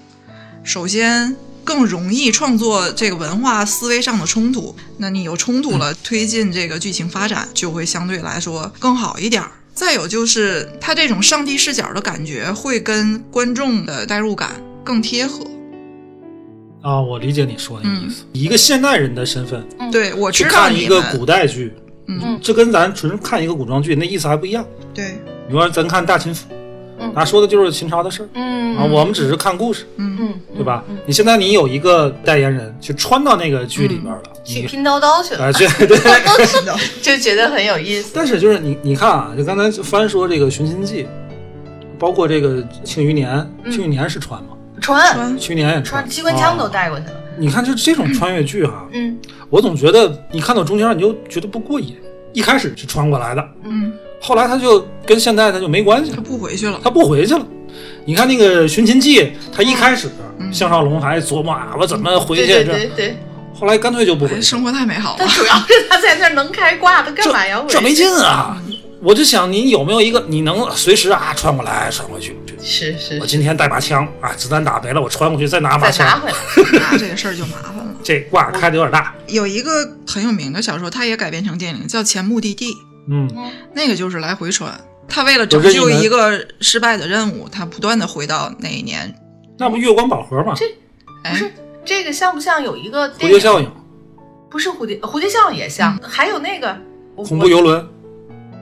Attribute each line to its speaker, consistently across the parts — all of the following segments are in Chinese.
Speaker 1: 首先。更容易创作这个文化思维上的冲突，那你有冲突了，推进这个剧情发展就会相对来说更好一点儿。再有就是它这种上帝视角的感觉会跟观众的代入感更贴合。
Speaker 2: 啊，我理解你说那个意思。以一个现代人的身份
Speaker 1: 对，嗯我
Speaker 2: 去
Speaker 1: 知道
Speaker 2: 看一
Speaker 1: 你
Speaker 2: 个
Speaker 1: 们
Speaker 2: 古代剧，
Speaker 1: 嗯，
Speaker 2: 这跟咱纯看一个古装剧那意思还不一样。
Speaker 1: 对，
Speaker 2: 比方说咱看《大秦赋》，
Speaker 3: 嗯
Speaker 2: 那说的就是秦朝的事儿、
Speaker 3: 嗯
Speaker 2: 啊。我们只是看故事，
Speaker 1: 嗯，
Speaker 3: 嗯，
Speaker 2: 对吧？
Speaker 3: 嗯嗯
Speaker 2: 你现在你有一个代言人去穿到那个剧里边
Speaker 1: 嗯
Speaker 2: 了，
Speaker 3: 去
Speaker 2: 你
Speaker 3: 拼刀刀去了，
Speaker 2: 啊，这对。哎
Speaker 3: 就觉得很有意思。
Speaker 2: 但是就是你你看啊，就刚才翻说这个《寻秦记》，包括这个《庆余年》，《庆余年》是穿吗？
Speaker 3: 穿
Speaker 1: 穿
Speaker 2: 《庆余年》也穿
Speaker 3: 穿，机关枪都
Speaker 2: 啊
Speaker 3: 带过去了，
Speaker 2: 你看，就这种穿越剧哈、
Speaker 3: 嗯
Speaker 2: 我总觉得你看到中间你就觉得不过瘾。一开始是穿过来的，
Speaker 1: 嗯，
Speaker 2: 后来他就跟现在他就没关系了
Speaker 1: 他。不回去了。
Speaker 2: 他不回去了。你看那个《寻秦记》，他一开始项少龙还琢磨啊，我怎么回去
Speaker 3: 嗯对对对
Speaker 2: 这，
Speaker 3: 对，
Speaker 2: 后来干脆就不回
Speaker 1: 哎
Speaker 2: 去
Speaker 1: 生
Speaker 2: 了。
Speaker 1: 活太美好
Speaker 3: 但
Speaker 1: 了，
Speaker 3: 主要是他在那儿能开挂，他干嘛要
Speaker 2: 这
Speaker 3: 回去？
Speaker 2: 这没劲啊！我就想你有没有一个你能随时啊穿过来穿过去？
Speaker 3: 是是
Speaker 2: 我
Speaker 3: 是，
Speaker 2: 今天带把枪啊，子弹打没了，我穿过去再拿把
Speaker 3: 再拿
Speaker 2: 枪，
Speaker 3: 回来。
Speaker 1: 那这个事儿就麻烦了。
Speaker 2: 这挂开的有点大。
Speaker 1: 有一个很有名的小说，它也改编成电影，叫《前目的地》，
Speaker 2: 嗯，
Speaker 1: 那个就是来回穿。他为了拯
Speaker 2: 有
Speaker 1: 救
Speaker 2: 任意门
Speaker 1: 一个失败的任务，他不断的回到那一年。
Speaker 2: 那不月光宝盒吗？
Speaker 1: 哎
Speaker 3: 不，是这个像不像有一个
Speaker 2: 蝴蝶
Speaker 3: 电影？
Speaker 2: 效应、
Speaker 3: 不是蝴蝶，蝴蝶效应也像，
Speaker 1: 嗯
Speaker 3: 还有那个我
Speaker 2: 恐怖游轮，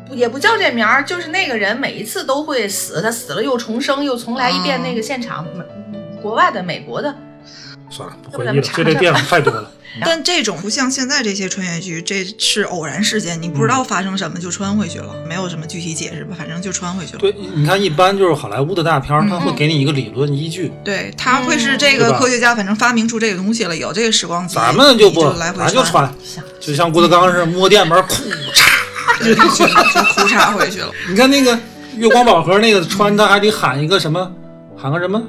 Speaker 3: 我也不叫这名儿，就是那个人每一次都会死，他死了又重生，又重来一遍。
Speaker 1: 哦
Speaker 3: 那个现场，美国外的美国的，
Speaker 2: 算了，不回
Speaker 1: 嗯
Speaker 3: 要不咱
Speaker 2: 忆了，
Speaker 3: 们查
Speaker 2: 这类
Speaker 3: 查
Speaker 2: 电影太多了。
Speaker 1: 但这种不像现在这些穿越剧，这是偶然事件，你不知
Speaker 2: 嗯
Speaker 1: 道发生什么就穿回去了，没有什么具体解释吧，反正就穿回去了。
Speaker 2: 对，你看一般就是好莱坞的大片儿，
Speaker 1: 嗯
Speaker 2: 它会给你一个理论依据。
Speaker 1: 对，他会是这
Speaker 2: 嗯对
Speaker 1: 个
Speaker 2: 吧
Speaker 1: 科学家，反正发明出这个东西了，有这个时光机，
Speaker 2: 咱们就
Speaker 1: 你
Speaker 2: 不，
Speaker 1: 就来回
Speaker 2: 咱就
Speaker 1: 穿，嗯
Speaker 2: 穿，就像郭德纲似的摸电门，库
Speaker 1: 对就就裤衩回去了。
Speaker 2: 你看那个月光宝盒那个穿，他还得喊一个什么，喊个什么？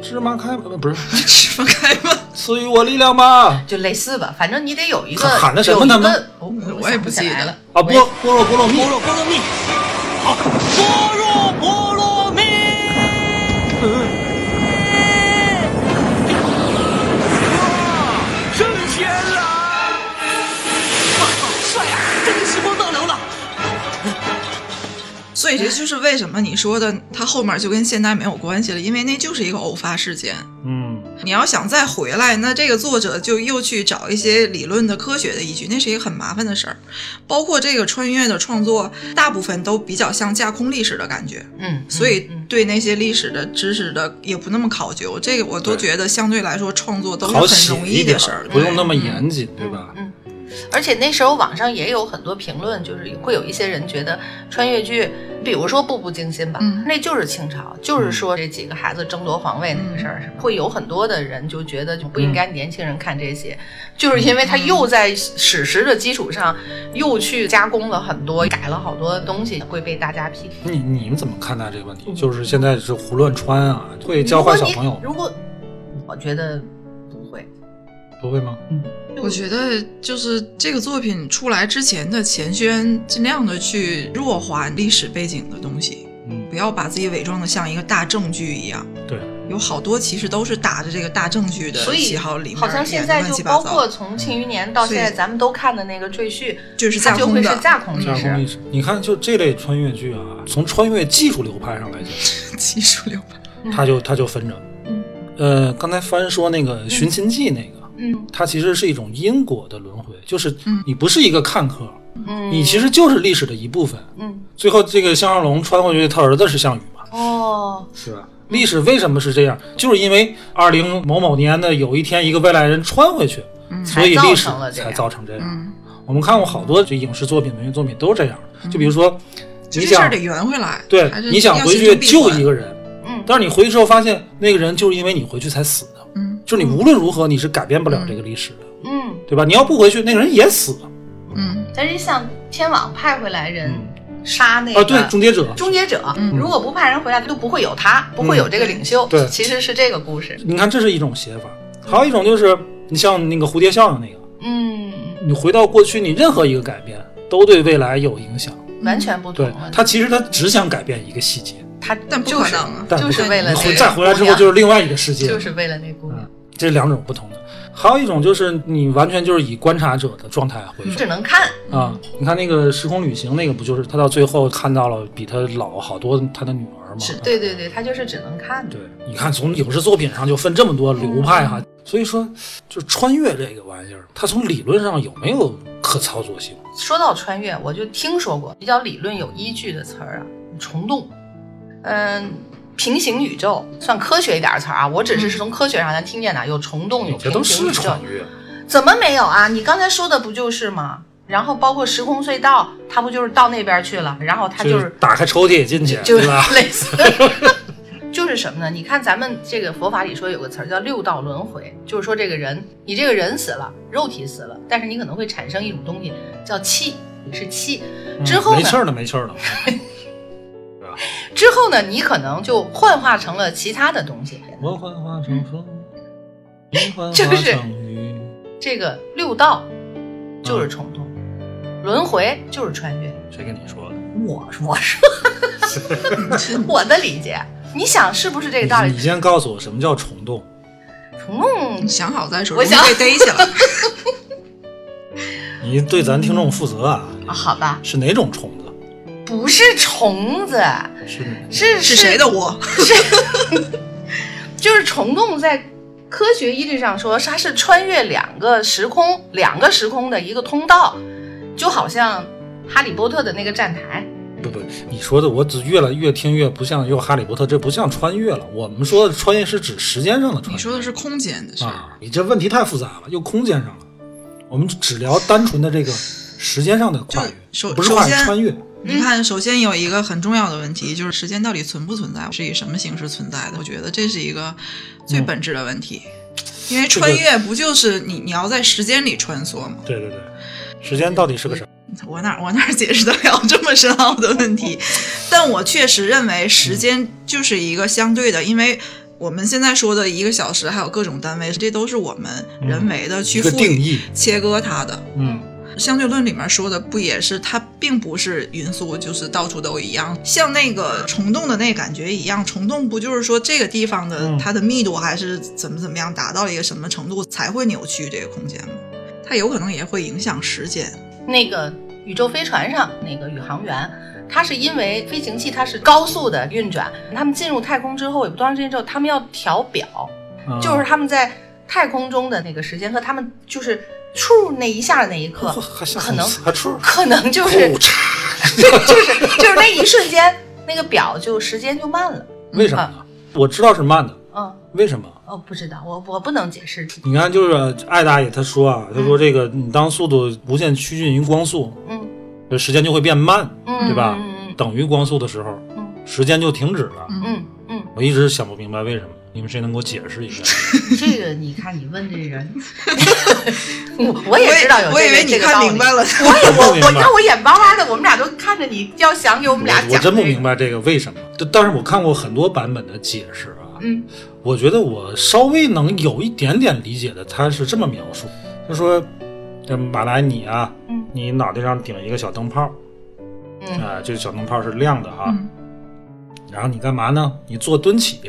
Speaker 2: 芝麻开门不是
Speaker 1: 吃不开吗？
Speaker 2: 赐予我力量吧？
Speaker 3: 就类似吧，反正你得有一个
Speaker 2: 喊喊的什么
Speaker 3: 有一
Speaker 2: 他们
Speaker 3: 个哦我
Speaker 1: 我也
Speaker 3: 想
Speaker 1: 不
Speaker 3: 起
Speaker 1: 记
Speaker 3: 来
Speaker 1: 得
Speaker 3: 了
Speaker 2: 啊，
Speaker 3: 我
Speaker 2: 菠
Speaker 3: 也
Speaker 2: 菠萝菠萝蜜，
Speaker 4: 菠萝菠萝蜜，好，般若波罗蜜。哇，真仙了！哇，好帅啊！这个时光倒流了。
Speaker 1: 所以这就是为什么你说的，它后面就跟现代没有关系了，因为那就是一个偶发事件。
Speaker 2: 嗯，
Speaker 1: 你要想再回来，那这个作者就又去找一些理论的科学的依据，那是一个很麻烦的事儿。包括这个穿越的创作，大部分都比较像架空历史的感觉，
Speaker 3: 嗯，
Speaker 1: 所以
Speaker 3: 嗯嗯
Speaker 1: 对那些历史的知识的也不那么考究。这个我都
Speaker 2: 对
Speaker 1: 觉得相对来说创作都
Speaker 2: 好
Speaker 1: 是
Speaker 2: 写
Speaker 1: 很容易
Speaker 2: 点
Speaker 1: 的嗯
Speaker 2: 儿
Speaker 1: 事儿，
Speaker 2: 不用那么
Speaker 1: 对
Speaker 2: 严谨，对吧？
Speaker 3: 嗯，嗯而且那时候网上也有很多评论，就是会有一些人觉得穿越剧，比如说《步步惊心》吧，
Speaker 1: 嗯
Speaker 3: 那就是清朝，就是
Speaker 2: 嗯
Speaker 3: 说这几个孩子争夺皇位那个事儿，是吧会有很多的人就觉得就不
Speaker 2: 嗯
Speaker 3: 应该年轻人看这些，就是因为他又在史实的基础上又去加工了很多，改了好多东西，会被大家批评。
Speaker 1: 嗯
Speaker 2: 你你们怎么看待这个问题？就是现在是胡乱穿啊，会教坏小朋友吗，
Speaker 3: 如果你如果我觉得不会，
Speaker 2: 不会吗？
Speaker 1: 我觉得就是这个作品出来之前的前宣，尽量的去弱化历史背景的东西，
Speaker 2: 嗯，
Speaker 1: 不要把自己伪装的像一个大证据一样。
Speaker 2: 对，
Speaker 1: 有好多其实都是打着这个大证据的
Speaker 3: 所以
Speaker 1: 旗号里面，
Speaker 3: 好像现在就包括从庆余年到现在
Speaker 1: 嗯所以
Speaker 3: 咱们都看的那个《赘婿》，
Speaker 1: 就是
Speaker 3: 它
Speaker 1: 架
Speaker 3: 就
Speaker 1: 空
Speaker 3: 会
Speaker 1: 的
Speaker 3: 嗯是架空历
Speaker 2: 架空历
Speaker 3: 史。
Speaker 2: 史，你看就这类穿越剧啊，从穿越技术流派上来讲，
Speaker 1: 技术流派。
Speaker 2: 它就它就分着。
Speaker 3: 嗯，
Speaker 2: 呃，刚才帆说那个《寻秦记》那个，
Speaker 3: 嗯
Speaker 2: 它其实是一种因果的轮回，就是
Speaker 1: 嗯
Speaker 2: 你不是一个看客，
Speaker 3: 嗯，
Speaker 2: 你其实就是历史的一部分。
Speaker 3: 嗯
Speaker 2: 最后这个项少龙穿回去，他儿子是项羽嘛，
Speaker 3: 哦，
Speaker 2: 是吧？历史为什么是这样？就是因为二零某某年的有一天，一个未来人穿回去，
Speaker 1: 嗯
Speaker 2: 所以历史
Speaker 3: 才造成了这样
Speaker 2: 才造成这样。
Speaker 1: 嗯，
Speaker 2: 我们看过好多这影视作品、文学作品都是这样的。
Speaker 3: 嗯
Speaker 2: 就比如说，
Speaker 1: 就
Speaker 2: 你
Speaker 1: 这事儿
Speaker 2: 想
Speaker 1: 得圆回来。
Speaker 2: 对
Speaker 1: 还是，
Speaker 2: 你想
Speaker 1: 要
Speaker 2: 回
Speaker 1: 心
Speaker 2: 去
Speaker 1: 中
Speaker 2: 救
Speaker 1: 闭
Speaker 2: 一
Speaker 1: 环，
Speaker 2: 个人，
Speaker 3: 嗯
Speaker 2: 但是你回去之后发现那个人就是因为你回去才死的，
Speaker 1: 嗯
Speaker 2: 就是你无论如何你是改变不了这个历史的，
Speaker 3: 嗯，
Speaker 2: 对吧？你要不回去，那个人也死了
Speaker 1: 嗯
Speaker 3: 但是像天网派回来人杀嗯那
Speaker 2: 啊。对，
Speaker 3: 个
Speaker 2: 终结者，
Speaker 3: 终结者，
Speaker 1: 嗯
Speaker 3: 如果不派人回来，就不会有他，不会有这个领袖。
Speaker 2: 嗯对
Speaker 3: 其实是这个故事。
Speaker 2: 你看这是一种写法，还有一种就是你像那个蝴蝶效应那个，
Speaker 3: 嗯，
Speaker 2: 你回到过去，你任何一个改变都对未来有影响。
Speaker 3: 完全不同
Speaker 2: 对
Speaker 3: 了。
Speaker 2: 他其实他只想改变一个细节，
Speaker 3: 他
Speaker 1: 但不
Speaker 3: 就
Speaker 1: 可
Speaker 3: 是
Speaker 1: 能啊
Speaker 2: 但不
Speaker 3: 就是为了
Speaker 2: 你
Speaker 3: 那
Speaker 2: 回
Speaker 3: 个
Speaker 2: 再回来之
Speaker 3: 姑
Speaker 2: 后
Speaker 3: 娘
Speaker 2: 就是另外一个世界，
Speaker 3: 就是为了那姑娘，
Speaker 2: 这两种不同的。还有一种就是你完全就是以观察者的状态回去
Speaker 3: 只能看。
Speaker 2: 啊、你看那个时空旅行那个不就是他到最后看到了比他老好多他的女儿吗？
Speaker 3: 是对对对，他就是只能看。
Speaker 2: 嗯对，你看从影视作品上就分这么多流派
Speaker 3: 嗯
Speaker 2: 哈，所以说就穿越这个玩意儿，它从理论上有没有可操作性？
Speaker 3: 说到穿越，我就听说过比较理论有依据的词儿啊，虫洞，嗯，平行宇宙算科学一点的词儿啊。我只是从科学上咱听见的有虫洞，有
Speaker 2: 嗯哎这
Speaker 3: 平
Speaker 2: 都
Speaker 3: 行
Speaker 2: 是
Speaker 3: 宇宙
Speaker 2: 穿，越，
Speaker 3: 怎么没有啊？你刚才说的不就是吗？然后包括时空隧道，它不就是到那边去了？然后它
Speaker 2: 就
Speaker 3: 就是
Speaker 2: 打开抽屉也进去，
Speaker 3: 就
Speaker 2: 对
Speaker 3: 是
Speaker 2: 吧？
Speaker 3: 类似，就是什么呢？你看咱们这个佛法里说有个词儿叫六道轮回，就是说这个人，你这个人死了，肉体死了，但是你可能会产生一种东西叫气，你是气。 之后
Speaker 2: 嗯没气
Speaker 3: 呢，
Speaker 2: 儿了，没气儿了。
Speaker 3: 之后呢，你可能就幻化成了其他的东西。
Speaker 2: 我幻化成风，你幻化
Speaker 3: 就是
Speaker 2: 成雨。
Speaker 3: 这个六道
Speaker 2: 嗯
Speaker 3: 就是虫洞，轮回就是穿越。
Speaker 2: 谁跟你说的？
Speaker 3: 我我说 我的理解，你想是不是这个道
Speaker 2: 你
Speaker 3: 理
Speaker 2: 你？先告诉我什么叫虫洞？
Speaker 3: 虫洞
Speaker 2: 嗯
Speaker 1: 你想好再说，
Speaker 3: 我
Speaker 1: 容易
Speaker 3: 想
Speaker 1: 被逮起 来。
Speaker 2: 你对咱听众负责啊！
Speaker 3: 啊，好吧，
Speaker 2: 是哪种虫子？
Speaker 3: 不是虫子，
Speaker 2: 是
Speaker 3: 是
Speaker 1: 是谁的 窝？
Speaker 3: 就是虫洞在科学依据上说，它是穿越两个时空、两个时空的一个通道，就好像哈利波特的那个站台。
Speaker 2: 不不，你说的我只越来越听越不像又哈利波特，这不像穿越了。我们说的穿越是指时间上的穿越。
Speaker 1: 你说的是空间的事儿。
Speaker 2: 啊，你这问题太复杂了，又空间上了。我们只聊单纯的这个时间上的跨越，
Speaker 1: 就首
Speaker 2: 不是跨越
Speaker 1: 首先
Speaker 2: 穿越。
Speaker 1: 你看，首先有一个很重要的问题，就是时间到底存不存在，是以什么形式存在的？我觉得这是一个最本质的问题，因为
Speaker 2: 嗯这
Speaker 1: 穿
Speaker 2: 个
Speaker 1: 越不就是你你要在时间里穿梭吗？
Speaker 2: 对对对，时间到底是个什么？
Speaker 1: 我哪我哪解释得了这么深奥的问 题？但我确实认为时间就是一个相对的，因为我们现在说的一个小时，还有各种单位，这都是我们人为的去
Speaker 2: 一个
Speaker 1: 赋
Speaker 2: 定
Speaker 1: 予、
Speaker 2: 义。
Speaker 1: 切割它的。
Speaker 2: 嗯，
Speaker 1: 相对论里面说的不也是，它并不是匀速，就是到处都一样，像那个虫洞的那感觉一样。虫洞不就是说这个地方的、
Speaker 2: 嗯
Speaker 1: 它的密度还是怎么怎么样，达到了一个什么程度才会扭曲这个空间吗？它有可能也会影响时间。
Speaker 3: 那个宇宙飞船上那个宇航员，他是因为飞行器它是高速的运转，他们进入太空之后也不多长时间之后，他们要调表，
Speaker 2: 啊
Speaker 3: 就是他们在太空中的那个时间和他们就是处那一下的那一刻
Speaker 2: 哇，还像
Speaker 3: 可能
Speaker 2: 还出
Speaker 3: 可能就是
Speaker 2: 哦嚓
Speaker 3: 就是 就是那一瞬间，那个表就时间就慢了。
Speaker 2: 为什么呢？我知道是慢的，
Speaker 3: 嗯，
Speaker 2: 为什么？
Speaker 3: 哦，不知道，我我不能解释。
Speaker 2: 你看，就是艾大爷他说啊，他说这个你当速度无限趋近于光速，
Speaker 3: 嗯，
Speaker 2: 这时间就会变慢，
Speaker 3: 嗯
Speaker 2: 对吧？
Speaker 3: 嗯
Speaker 2: 等于光速的时候，
Speaker 3: 嗯
Speaker 2: 时间就停止了。
Speaker 1: 嗯
Speaker 3: 嗯嗯，
Speaker 2: 我一直想不明白为什么，你们谁能给我解释一下？
Speaker 3: 这个你看，你问这人， 我我也知道有这个，
Speaker 1: 我以为你看明白了。
Speaker 3: 了。我也我
Speaker 2: 我明白
Speaker 3: 我你看我眼巴巴的，我们俩都看着你，要想给我们俩
Speaker 2: 我
Speaker 3: 讲、
Speaker 2: 我真不明。白这个为什么。但但是我看过很多版本的解释啊，
Speaker 3: 嗯，
Speaker 2: 我觉得我稍微能有一点点理解的，他是这么描述，他说，这马来你啊，
Speaker 3: 嗯
Speaker 2: 你脑袋上顶一个小灯泡，
Speaker 3: 嗯
Speaker 2: 啊、这小灯泡是亮的啊，
Speaker 1: 嗯
Speaker 2: 然后你干嘛呢？你做蹲起，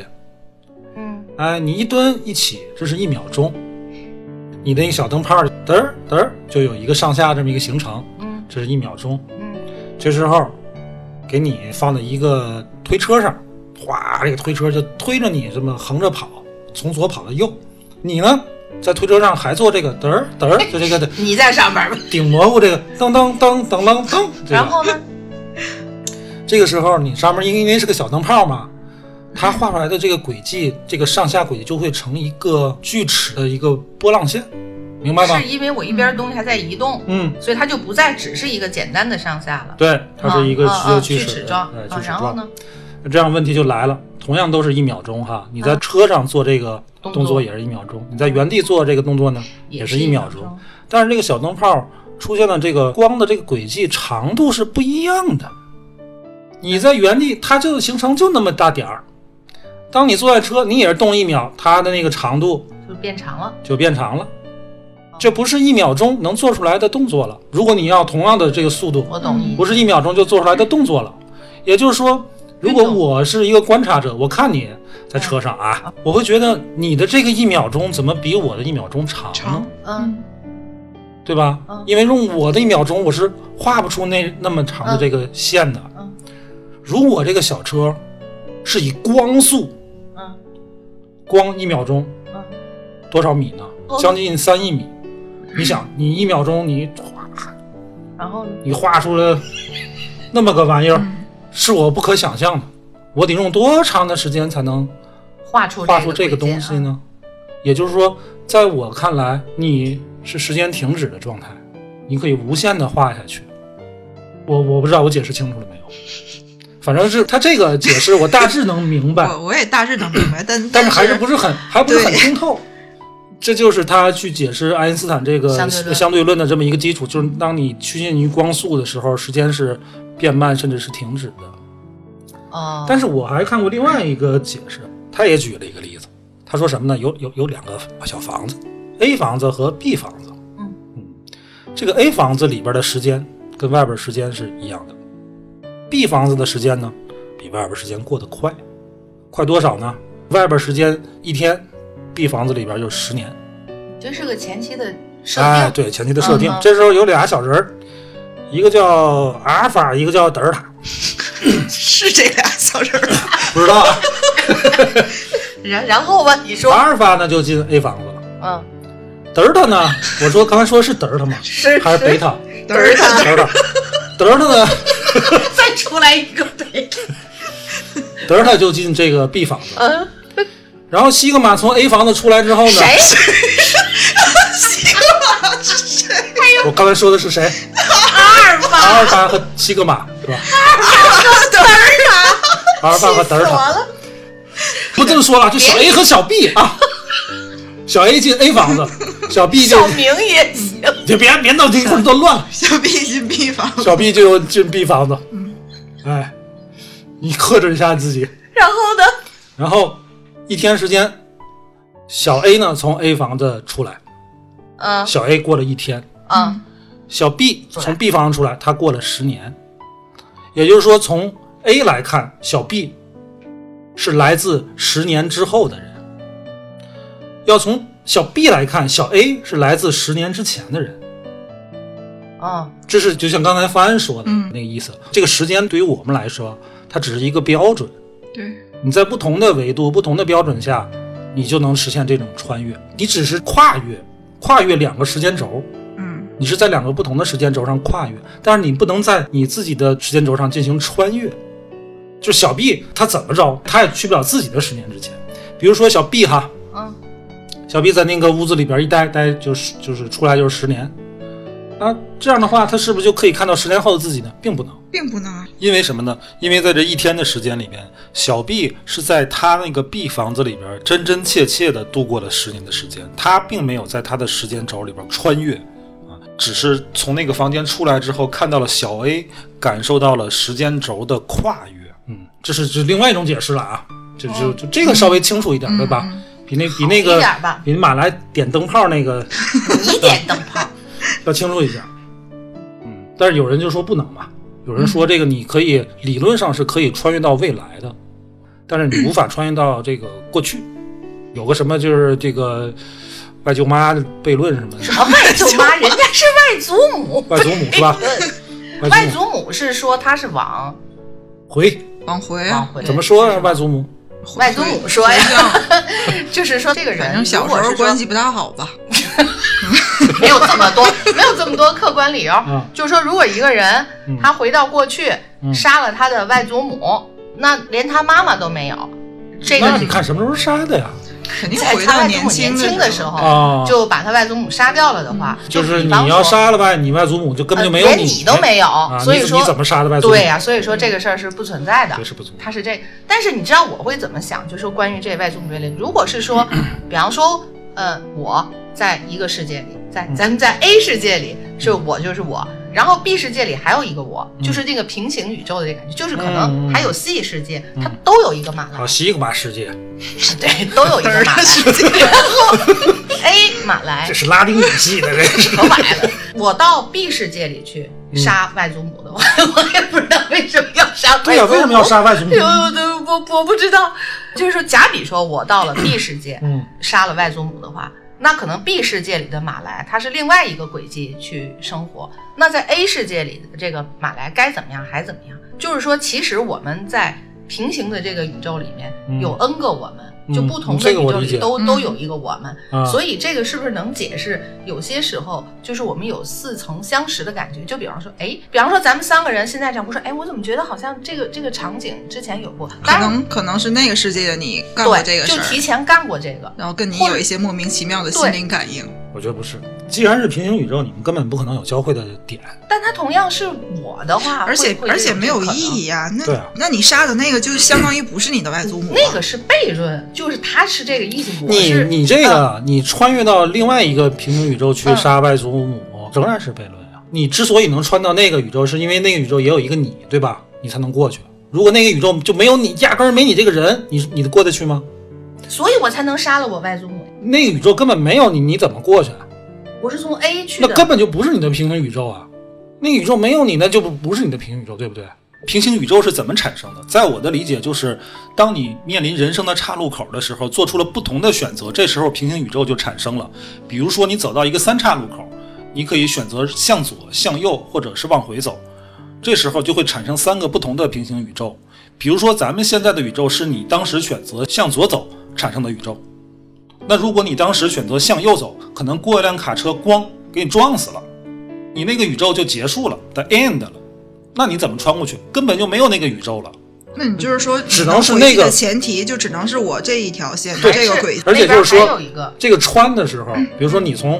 Speaker 3: 嗯
Speaker 2: 哎，你一蹲一起，这是一秒钟，你那个小灯泡嘚儿嘚儿就有一个上下这么一个行程，
Speaker 3: 嗯
Speaker 2: 这是一秒钟。
Speaker 3: 嗯
Speaker 2: 这时候给你放在一个推车上，哗，这个推车就推着你这么横着跑，从左跑到右。你呢，在推车上还做这个嘚儿嘚儿，就这 个
Speaker 3: 你在上班吧。
Speaker 2: 顶蘑菇这个噔噔噔噔噔噔。这个
Speaker 3: 然 后呢？
Speaker 2: 这个时候你上面因为因为是个小灯泡嘛，它画出来的这个轨迹，这个上下轨迹就会成一个锯齿的一个波浪线，明白吗
Speaker 3: 是？因为我一边东西还在移动，
Speaker 2: 嗯，
Speaker 3: 所以它就不再只是一个简单的上下了。
Speaker 2: 对，它是一个
Speaker 3: 啊
Speaker 2: 直
Speaker 3: 啊啊
Speaker 2: 接
Speaker 3: 锯
Speaker 2: 锯
Speaker 3: 齿
Speaker 2: 齿
Speaker 3: 状
Speaker 2: 的，哎对，
Speaker 3: 啊
Speaker 2: 锯齿
Speaker 3: 然后
Speaker 2: 状。
Speaker 3: 呢？
Speaker 2: 这样问题就来了，同样都是一秒钟哈，你在车上做这个
Speaker 3: 动
Speaker 2: 啊动
Speaker 3: 作
Speaker 2: 作也是一秒钟，你在原地做这个动作呢也是一秒
Speaker 3: 钟。
Speaker 2: 钟，但是这个小灯泡出现的这个光的这个轨迹长度是不一样的，你在原地它就形成就那么大点儿，当你坐在车，你也是动一秒，它的那个长度
Speaker 3: 就变长了。
Speaker 2: 就变长了。这不是一秒钟能做出来的动作了。如果你要同样的这个速度，
Speaker 3: 我懂你，
Speaker 2: 不是一秒钟就做出来的动作了。也就是说，如果我是一个观察者，我看你在车上啊，
Speaker 3: 嗯
Speaker 2: 我会觉得你的这个一秒钟怎么比我的一秒钟长呢？
Speaker 1: 长，
Speaker 3: 嗯，
Speaker 2: 对吧
Speaker 3: 嗯？
Speaker 2: 因为用我的一秒钟，我是画不出那那么长的这个线的
Speaker 3: 嗯嗯。
Speaker 2: 如果这个小车是以光速，
Speaker 3: 嗯，
Speaker 2: 光一秒钟
Speaker 3: 嗯，
Speaker 2: 多少米呢
Speaker 3: 哦？
Speaker 2: 将近三亿米。你想，你一秒钟你哗，
Speaker 3: 然后呢？
Speaker 2: 你画出了那么个玩意儿，
Speaker 3: 嗯
Speaker 2: 是我不可想象的。我得用多长的时间才能
Speaker 3: 画出
Speaker 2: 画出这个
Speaker 3: 轨迹
Speaker 2: 东
Speaker 3: 啊
Speaker 2: 西？呢？也就是说，在我看来，你是时间停止的状态，你可以无限的画下去。我我不知道我解释清楚了没有，反正是他这个解释我大致能明白，
Speaker 1: 我我也大致能明白，但
Speaker 2: 但是还是不是很还不是很
Speaker 1: 对
Speaker 2: 通透。这就是他去解释爱因斯坦这个
Speaker 3: 相对论
Speaker 2: 相对论的这么一个基础，就是当你趋近于光速的时候，时间是变慢甚至是停止的。
Speaker 3: 哦，
Speaker 2: 但是我还看过另外一个解释，他也举了一个例子，他说什么呢？有有有两个小房子，A 房子和 B 房子。
Speaker 3: 嗯
Speaker 2: 这个 A 房子里边的时间跟外边时间是一样的，B 房子的时间呢，比外边时间过得快，快多少呢？外边时间一天，B 房子里边就十年。
Speaker 3: 这是个前期的设
Speaker 2: 哎，
Speaker 3: 定，
Speaker 2: 对前期的设定。
Speaker 3: 嗯嗯
Speaker 2: 这时候有俩小人儿，一个叫阿尔法，一个叫德尔塔，
Speaker 1: 是这俩小人儿。
Speaker 2: 不知道啊。
Speaker 3: 然然后吧，你说，
Speaker 2: 阿尔法呢就进 A 房子了。
Speaker 3: 嗯，
Speaker 2: 德尔塔呢？我说刚才说是德尔塔吗？
Speaker 3: 是
Speaker 2: 还是贝塔？
Speaker 1: 嘚儿
Speaker 2: 德尔
Speaker 1: 的
Speaker 2: 塔，德尔塔呢？
Speaker 3: 再出来一个对，
Speaker 2: 德尔塔就进这个 B 房子。
Speaker 3: 嗯，
Speaker 2: 然后西格玛从 A 房子出来之后呢？
Speaker 3: 谁？
Speaker 1: 西格玛是谁？
Speaker 2: 我刚才说的是谁？
Speaker 3: 二吧，
Speaker 2: 阿尔法和西格玛是吧？阿 尔法和德尔塔，阿尔法和德尔塔，不这么说了，啊就小 A 和小 B 啊，小 A 进 A 房子， 小 B 就
Speaker 3: 小明也行。
Speaker 2: 就别别弄这一块儿都乱 了，
Speaker 1: 小 B 进 B 房，
Speaker 2: 小 B 就进 B 房子，哎，你克制一下自己。
Speaker 3: 然后呢，
Speaker 2: 然后一天时间，小 A 呢从 A 房子出来，
Speaker 3: 嗯
Speaker 2: 小 A 过了一天，
Speaker 3: 嗯，
Speaker 2: 小 B
Speaker 3: 出来
Speaker 2: 从 B 房出来，他过了十年，也就是说，从 A 来看，小 B 是来自十年之后的人；要从小 B 来看，小 A 是来自十年之前的人。
Speaker 3: 嗯，
Speaker 2: 这是就像刚才方安说的
Speaker 1: 嗯
Speaker 2: 那个意思，这个时间对于我们来说，它只是一个标准。
Speaker 1: 对，
Speaker 2: 你在不同的维度、不同的标准下，你就能实现这种穿越。你只是跨越，跨越两个时间轴，
Speaker 1: 嗯，
Speaker 2: 你是在两个不同的时间轴上跨越，但是你不能在你自己的时间轴上进行穿越。就小 B 他怎么着，他也去不了自己的十年之前。比如说小 B 哈，
Speaker 3: 嗯，
Speaker 2: 小 B 在那个屋子里边一待待就是就是出来就是十年，啊，这样的话他是不是就可以看到十年后的自己呢？并不能。
Speaker 1: 并不能，啊
Speaker 2: 因为什么呢？因为在这一天的时间里面，小 B 是在他那个 B 房子里边真真切切的度过了十年的时间，他并没有在他的时间轴里边穿越啊，只是从那个房间出来之后看到了小 A，感受到了时间轴的跨越。嗯，这是这另外一种解释了啊，就就就这个稍微清楚一点，对吧？比那比那
Speaker 3: 嗯好一
Speaker 2: 个
Speaker 3: 点吧
Speaker 2: 比马来点灯泡那 个
Speaker 3: 你点灯泡，
Speaker 2: 要清楚一下。嗯，但是有人就说不能嘛，有人说这个你可以理论上是可以穿越到未来的，但是你无法穿越到这个过去。有个什么就是这个外舅妈悖论什么 的，
Speaker 3: 什么外舅妈？人家是外祖母，
Speaker 2: 外祖母是吧？
Speaker 3: 哎呃外
Speaker 2: 外祖母
Speaker 3: 祖母是说她是王，
Speaker 2: 回
Speaker 1: 往回
Speaker 3: 往
Speaker 1: 啊，
Speaker 3: 回
Speaker 2: 怎么说啊？外祖母
Speaker 1: 回
Speaker 3: 外祖母说呀
Speaker 1: 回向
Speaker 3: 就是说这个人，
Speaker 1: 反正小时候关系不大好吧？
Speaker 3: 没有这么 多，没有这么多客观理由。
Speaker 2: 嗯
Speaker 3: 就是说，如果一个人
Speaker 2: 嗯
Speaker 3: 他回到过去、
Speaker 2: 嗯
Speaker 3: 杀了他的外祖母，那连他妈妈都没有，这个
Speaker 2: 那你看什么时候杀的呀？
Speaker 1: 肯定
Speaker 3: 在
Speaker 1: 回
Speaker 3: 他
Speaker 1: 到
Speaker 3: 外祖母
Speaker 1: 轻
Speaker 3: 年轻
Speaker 1: 的
Speaker 3: 时
Speaker 1: 候，
Speaker 2: 啊嗯
Speaker 3: 候，就把他外祖母杀掉了的话，
Speaker 2: 就是
Speaker 3: 比
Speaker 2: 你
Speaker 3: 方
Speaker 2: 要
Speaker 3: 说
Speaker 2: 杀了外，你外祖母就根本就没有
Speaker 3: 呃连你都没有
Speaker 2: 啊
Speaker 3: 所以
Speaker 2: 你怎
Speaker 3: 说
Speaker 2: 你怎么杀的外祖母？
Speaker 3: 对呀、所以说这个事儿是不存在的
Speaker 2: 哎这。是不足。
Speaker 3: 他是这但是你知道我会怎么想？就是关于这外祖母悖论，如果是说，比方说，呃，我在一个世界里，在咱们在 A 世界里是我就是我，然后 B 世界里还有一个我，就是这个平行宇宙的这个感觉，就是可能还有 C 世界，它都有一个马来
Speaker 2: 好，，西格玛世界，
Speaker 3: 对，都有一个马来 ，A 马来
Speaker 2: 这是拉丁语系的，这是。
Speaker 3: 扯白了。我到 B 世界里去
Speaker 2: 嗯
Speaker 3: 杀外祖母的话， 我也不知道为什么要杀外祖母。
Speaker 2: 对呀、为什么要杀外 祖母
Speaker 3: 哎？呦？我都我我不知道，就是说，假比说我到了 B 世界，
Speaker 2: 嗯，
Speaker 3: 杀了外祖母的话，那可能 B 世界里的马来他是另外一个轨迹去生活，那在 A 世界里的这个马来该怎么样还怎么样。就是说，其实我们在平行的这个宇宙里面
Speaker 2: 嗯
Speaker 3: 有 N 个我们。
Speaker 2: 嗯
Speaker 3: 就不同的
Speaker 2: 这
Speaker 3: 宇
Speaker 2: 个我
Speaker 3: 宙
Speaker 2: 理解
Speaker 3: 里都、
Speaker 1: 嗯
Speaker 3: 都有一个我们，
Speaker 2: 啊
Speaker 3: 所以这个是不是能解释有些时候就是我们有似曾相识的感觉？就比方说，哎，比方说咱们三个人现在这样，我说，哎，我怎么觉得好像这个这个场景之前有过？
Speaker 1: 可
Speaker 3: 当然，
Speaker 1: 能可能是那个世界的你干过
Speaker 3: 对，
Speaker 1: 这个事
Speaker 3: 就提
Speaker 1: 儿，
Speaker 3: 前干过这个。
Speaker 1: 然后跟你
Speaker 3: 或者
Speaker 1: 有一些莫名其妙的心灵感应。
Speaker 2: 我觉得不是，既然是平行宇宙，你们根本不可能有交汇的点。
Speaker 3: 但它同样是我的话，
Speaker 1: 而且
Speaker 3: 啊会
Speaker 1: 而且没有意。
Speaker 3: 会这种可能
Speaker 1: 义啊，
Speaker 2: 对
Speaker 1: 那
Speaker 2: 啊
Speaker 1: 那你杀的那个就相当于不是你的外祖母啊，
Speaker 3: 那个是悖论，就是它是这个意思。我
Speaker 2: 你
Speaker 3: 是啊
Speaker 2: 你这个，你穿越到另外一个平行宇宙去
Speaker 3: 嗯
Speaker 2: 杀外祖母，仍然是悖论啊。你之所以能穿到那个宇宙，是因为那个宇宙也有一个你，对吧？你才能过去。如果那个宇宙就没有你，压根儿没你这个人，你你过得去吗？
Speaker 3: 所以我才能杀了我外祖母。
Speaker 2: 那个宇宙根本没有你，你怎么过去啊？
Speaker 3: 我是从 A 去
Speaker 2: 那
Speaker 3: 的，
Speaker 2: 根本就不是你的平行宇宙啊！那个宇宙没有你，那就不不是你的平行宇宙，对不对？平行宇宙是怎么产生的？在我的理解，就是当你面临人生的岔路口的时候，做出了不同的选择，这时候平行宇宙就产生了。比如说，你走到一个三岔路口，你可以选择向左、向右，或者是往回走，这时候就会产生三个不同的平行宇宙。比如说，咱们现在的宇宙是你当时选择向左走产生的宇宙，那如果你当时选择向右走，可能过一辆卡车，咣给你撞死了，你那个宇宙就结束了，the end 了。那你怎么穿过去？根本就没有那个宇宙了。
Speaker 1: 那你嗯就是说，
Speaker 2: 只能是
Speaker 1: 回避
Speaker 2: 那个
Speaker 1: 的前提，就只能是我这一条线的
Speaker 2: 对
Speaker 1: 这个
Speaker 3: 是
Speaker 1: 轨迹。
Speaker 2: 而且
Speaker 3: 那边
Speaker 2: 就是说
Speaker 3: 还有一个
Speaker 2: 这个穿的时候，比如说你从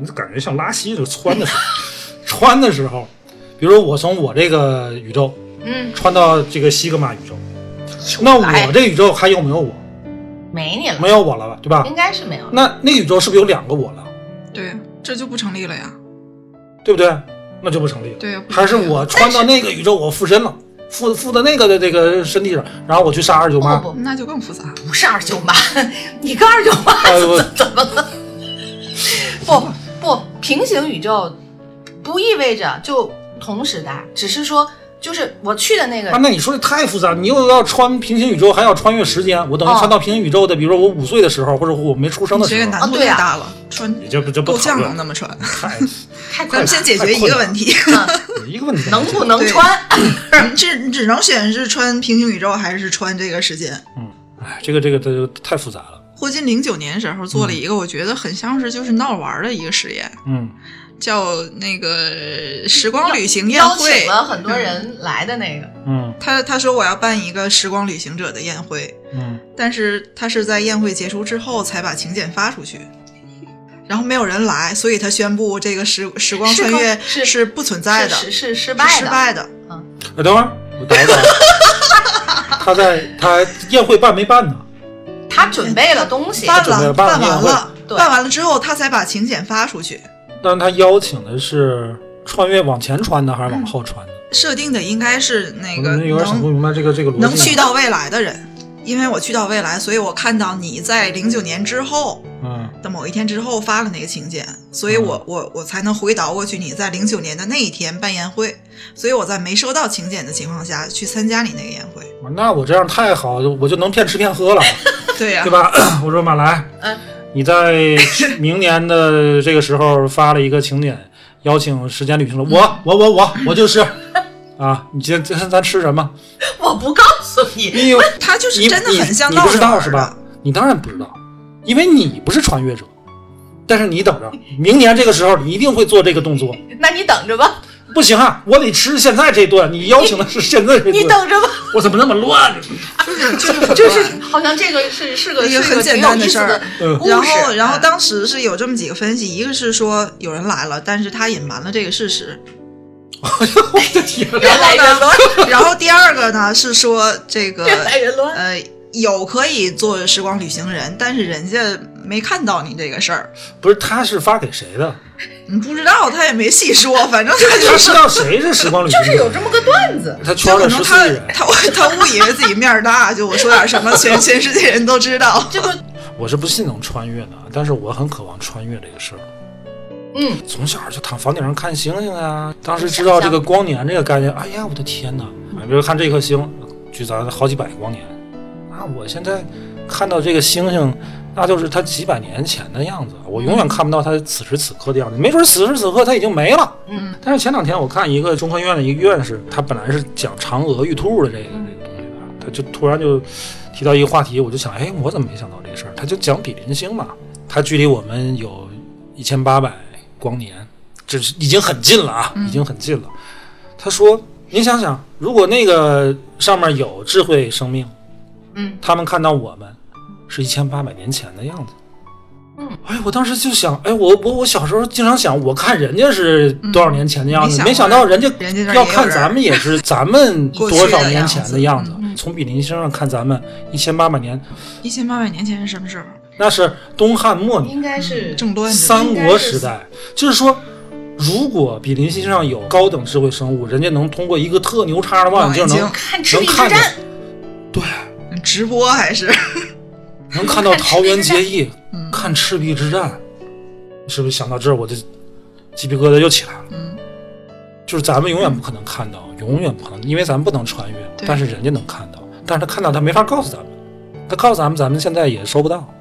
Speaker 2: 你就感觉像拉稀就窜的 时候，穿的时候，比如说我从我这个宇宙
Speaker 3: 嗯，
Speaker 2: 穿到这个西格玛宇宙，那我这宇宙还有没有我？
Speaker 3: 没你了，
Speaker 2: 没有我了吧，对吧？
Speaker 3: 应该是没有了。
Speaker 2: 那那个宇宙是不是有两个我了？
Speaker 1: 对，这就不成立了呀。
Speaker 2: 对不对？那就不成立了。
Speaker 1: 对呀不成
Speaker 2: 还
Speaker 1: 立
Speaker 2: 是
Speaker 1: 了
Speaker 2: 我穿到那个宇宙，我附身了，附附到那个的这个身体上，然后我去杀二舅妈。
Speaker 3: 不不
Speaker 1: 那就更复杂。
Speaker 3: 不是二舅妈， 你跟二舅妈
Speaker 2: 哎我
Speaker 3: 怎怎么了？ 不不，平行宇宙不意味着就同时代，只是说就是我去的那个
Speaker 2: 啊，那你说的太复杂，你又要穿平行宇宙，还要穿越时间，我等于
Speaker 3: 哦
Speaker 2: 穿到平行宇宙的，比如说我五岁的时候，或者我没出生
Speaker 1: 你
Speaker 2: 的
Speaker 1: 这
Speaker 2: 时
Speaker 1: 个
Speaker 2: 候，
Speaker 1: 难度
Speaker 3: 啊对
Speaker 1: 太
Speaker 3: 啊
Speaker 1: 大了，穿
Speaker 2: 你这不这不
Speaker 1: 够
Speaker 2: 讨
Speaker 1: 呛能
Speaker 2: 论
Speaker 1: 那么穿。
Speaker 2: 太
Speaker 3: 太
Speaker 1: 咱
Speaker 3: 困
Speaker 1: 们
Speaker 3: 难
Speaker 1: 先解决一个问题，
Speaker 2: 一个问题，
Speaker 3: 能不能
Speaker 1: 对
Speaker 3: 穿？
Speaker 1: 你只你只能选是穿平行宇宙还是穿这个时间。
Speaker 2: 哎，这个这个这个太复杂了。
Speaker 1: 霍金零九年时候做了一个，我觉得很像是就是闹玩儿的一个实验，
Speaker 2: 嗯，
Speaker 1: 叫那个时光旅行宴
Speaker 3: 邀
Speaker 1: 会
Speaker 3: 请。了很多人来的那个，
Speaker 2: 嗯
Speaker 1: 他他说我要办一个时光旅行者的宴会，
Speaker 2: 嗯，
Speaker 1: 但是他是在宴会结束之后才把请柬发出去， 然后没有人来，所以他宣布这个时时光穿越
Speaker 3: 是
Speaker 1: 是不存在的，
Speaker 3: 是是失
Speaker 1: 失
Speaker 3: 败的，
Speaker 1: 失败的。
Speaker 2: 哎，等会儿我打一打，他在他宴会办没办呢？
Speaker 3: 他准备了东西，
Speaker 1: 办
Speaker 2: 准备
Speaker 1: 了，
Speaker 2: 办了
Speaker 1: 办完了
Speaker 3: 宴，会对
Speaker 1: 办完了之后，他才把请柬发出去。
Speaker 2: 但是他邀请的是穿越往前穿的还是往后穿的？
Speaker 1: 设定的应该是那
Speaker 2: 我
Speaker 1: 个
Speaker 2: 怎么有点想不
Speaker 1: 能
Speaker 2: 明白这个这个逻辑。
Speaker 1: 能去到未来的人，因为我去到未来，所以我看到你在零九年之后
Speaker 2: 嗯
Speaker 1: 的某一天之后发了那个请柬，所以我我我才能回答过去你在零九年的那一天办宴会，所以我在没收到请柬的情况下去参加你那个宴会。
Speaker 2: 那我这样太好，我就能骗吃骗喝 了，
Speaker 1: 对呀、
Speaker 2: 对吧？ 我说马来，
Speaker 3: 嗯
Speaker 2: 你 在明年的这个时候发了一个请柬，邀请时间旅
Speaker 1: 嗯
Speaker 2: 行了，我我我我我就是啊，你今天咱咱吃什么？
Speaker 3: 我不告诉你，
Speaker 2: 你有
Speaker 1: 他 就是
Speaker 2: 你
Speaker 1: 真的很像
Speaker 2: 你，
Speaker 1: 闹
Speaker 2: 你
Speaker 1: 着
Speaker 2: 不知道
Speaker 1: 玩
Speaker 2: 是
Speaker 1: 儿
Speaker 2: 吧
Speaker 1: 的？？
Speaker 2: 你当然不知道，因为你不是穿越者。但是你等着，明年这个时候你一定会做这个动作。
Speaker 3: 那你等着吧，
Speaker 2: 不行啊，我得吃现在这顿。你邀请的是现在这顿，
Speaker 3: 你等着吧。
Speaker 2: 我怎么那么乱呢？
Speaker 3: 就是好像这个是是个
Speaker 1: 一个
Speaker 3: 是
Speaker 1: 很
Speaker 3: 挺
Speaker 1: 简
Speaker 3: 有
Speaker 1: 单的
Speaker 3: 意思
Speaker 1: 事儿
Speaker 3: 的
Speaker 2: 嗯
Speaker 3: 故事。
Speaker 1: 然后，然后
Speaker 3: 嗯
Speaker 1: 当时是有这么几个分析，一个是说有人来了，但是他隐瞒了这个 事实，
Speaker 2: 我的天哪！
Speaker 3: 原来人乱，
Speaker 1: 然后第二个呢是说 这个
Speaker 3: 原来人乱，
Speaker 1: 呃有可以做时光旅行人，但是人家没看到你这个事儿，
Speaker 2: 不是，他是发给谁的？
Speaker 1: 你不知道，他也没细说，反正他
Speaker 2: 他
Speaker 1: 就
Speaker 2: 知
Speaker 1: 是。
Speaker 2: 道谁是时光旅行
Speaker 3: 就
Speaker 2: 者？
Speaker 3: 是有这么个段子。
Speaker 2: 他圈
Speaker 1: 就可
Speaker 2: 了十
Speaker 1: 能
Speaker 2: 四
Speaker 1: 他
Speaker 2: 亿人。
Speaker 1: 他他误以为自己面儿大，就我说点什么，全全世界人都知道。
Speaker 3: 这不，
Speaker 2: 我是不信能穿越的，但是我很渴望穿越这个事儿。
Speaker 3: 嗯，
Speaker 2: 从小就躺房顶上看星星啊，当时知道这个光年这个概念，哎呀，我的天哪！比如看这颗星，距咱好几百光年，那我现在看到这个星星，那就是它几百年前的样子，我永远看不到它此时此刻的样子，没准此时此刻它已经没了。
Speaker 3: 嗯，
Speaker 2: 但是前两天我看一个中科院的一个院士，他本来是讲嫦娥玉兔的这个这个东西的，他就突然就提到一个话题，我就想，哎，我怎么没想到这事儿？他就讲比邻星嘛，它距离我们有一千八百光年，这是已经很近了啊，已经很近了。他说，您想想，如果那个上面有智慧生命，
Speaker 3: 嗯，
Speaker 2: 他们看到我们是一千八百年前的样子。哎，我当时就想，哎，我我我小时候经常想，我看人家是多少年前的样子，
Speaker 1: 嗯
Speaker 2: 没
Speaker 1: 没
Speaker 2: 想
Speaker 1: 想
Speaker 2: 到
Speaker 1: 到
Speaker 2: 人家
Speaker 1: 人家那儿
Speaker 2: 要
Speaker 1: 也有
Speaker 2: 看
Speaker 1: 人
Speaker 2: 咱们也是咱们
Speaker 1: 过去
Speaker 2: 多少
Speaker 1: 的
Speaker 2: 年
Speaker 1: 样
Speaker 2: 前的
Speaker 1: 子
Speaker 2: 样子，从比邻星上看咱们一千八百年，
Speaker 1: 一千八百年前是什么时候？
Speaker 2: 那是东汉末年
Speaker 3: 嗯应该是
Speaker 1: 郑端子
Speaker 2: 三国时代，就是说。如果比邻星上有高等智慧生物，人家能通过一个特牛叉的望远
Speaker 1: 望
Speaker 2: 镜
Speaker 1: 远
Speaker 2: 能
Speaker 3: 看赤
Speaker 2: 能
Speaker 3: 壁之
Speaker 2: 看见
Speaker 3: 战，
Speaker 2: 对，
Speaker 1: 嗯直播还是
Speaker 2: 能看到桃园结义
Speaker 1: 嗯，
Speaker 2: 看赤壁之战，是不是想到这儿我就鸡皮疙瘩又起来了？
Speaker 1: 嗯，
Speaker 2: 就是咱们永远不可能看到，永远不可能，因为咱们不能穿越，
Speaker 1: 对
Speaker 2: 但是人家能看到，但是他看到他没法告诉咱们，他告诉咱们，咱们现在也收不到。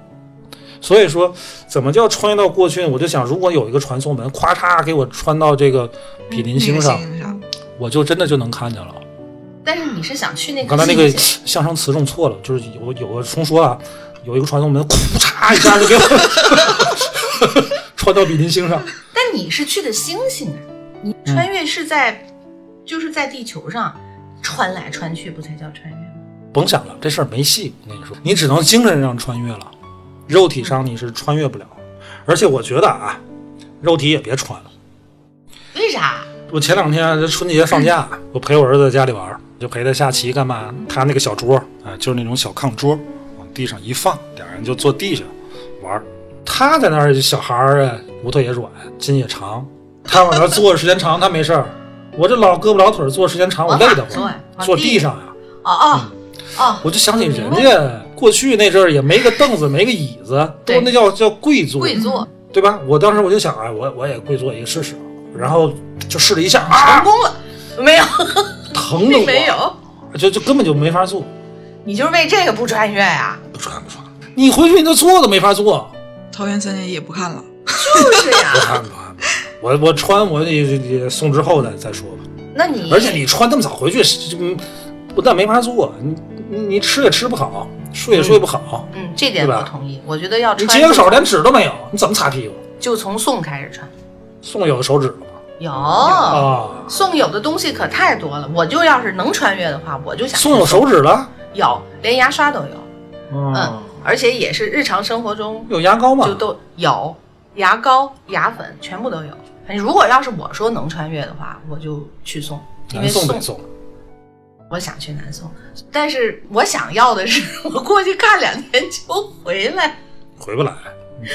Speaker 2: 所以说，怎么叫穿越到过去呢？我就想，如果有一个传送门，咵嚓给我穿到这个比邻星上，
Speaker 1: 嗯那个上
Speaker 2: 我就真的就能看见了。
Speaker 3: 但是你是想去那
Speaker 2: 我刚
Speaker 3: 个
Speaker 2: 才那个
Speaker 3: 季节
Speaker 2: 相声词用错了，就是有有个重说啊，有一个传送门，库嚓一下就给我 穿到比邻星上。
Speaker 3: 但你是去的星星啊，你穿越是在，就是在地球上穿来穿去，不才叫穿越吗？
Speaker 2: 甭想了，这事儿没戏。我跟你说，你只能精神上穿越了，肉体上你是穿越不了。而且我觉得啊，肉体也别穿了。
Speaker 3: 为啥？
Speaker 2: 我前两天啊这春节放 假，我陪我儿子在家里玩儿，就陪他下棋干嘛？他那个小桌啊，就是那种小炕桌，往地上一放，俩人就坐地上玩儿。他在那儿小孩儿啊，骨头也软，筋也长，他往那儿坐着时间长，他没事儿。我这老胳膊老腿儿坐时间长，我累得慌
Speaker 3: 往哪儿坐呀，
Speaker 2: 坐
Speaker 3: 往地
Speaker 2: 地上呀、
Speaker 3: 哦哦
Speaker 1: 嗯
Speaker 3: 哦，
Speaker 2: 我就想起人家过去那阵儿也没个凳子，没个椅子，都
Speaker 3: 对
Speaker 2: 那叫叫跪坐，
Speaker 3: 跪
Speaker 1: 嗯
Speaker 3: 坐
Speaker 2: 对吧？我当时我就想，哎，我我也跪坐一个试试，然后就试了一下，
Speaker 3: 成
Speaker 2: 啊，
Speaker 3: 功了没有？
Speaker 2: 疼的
Speaker 3: 并
Speaker 2: 我，
Speaker 3: 没有，
Speaker 2: 就就根本就没法坐，
Speaker 3: 你就是为这个不穿 越啊？
Speaker 2: 不穿不穿，你回去你就坐都没法坐，
Speaker 1: 桃园三结义也不看了，
Speaker 3: 就是呀
Speaker 2: 不，穿不穿， 我我穿我也也送之后再再说吧。
Speaker 3: 那你
Speaker 2: 而且你穿那么早回去，是嗯不但没法坐，你你你吃也吃不好，睡也睡不好，
Speaker 3: 嗯，这点
Speaker 2: 对吧
Speaker 3: 我同意。我觉得要
Speaker 2: 你
Speaker 3: 穿
Speaker 2: 接个手连纸都没有，你怎么擦屁股？
Speaker 3: 就从宋开始穿，
Speaker 2: 宋有手指了吗？
Speaker 3: 有。
Speaker 2: 啊，
Speaker 3: 宋有的东西可太多了，我就要是能穿越的话，我就想
Speaker 2: 宋有手指了，
Speaker 3: 有，连牙刷都有，
Speaker 2: 嗯
Speaker 3: 嗯，而且也是日常生活中
Speaker 2: 有牙膏吗？
Speaker 3: 就都有，牙膏、牙粉全部都有。如果要是我说能穿越的话，我就去送，因为
Speaker 2: 南宋
Speaker 3: 送
Speaker 2: 北宋，
Speaker 3: 我想去南宋，但是我想要的是 我过去看两天就回来。
Speaker 2: 回不来。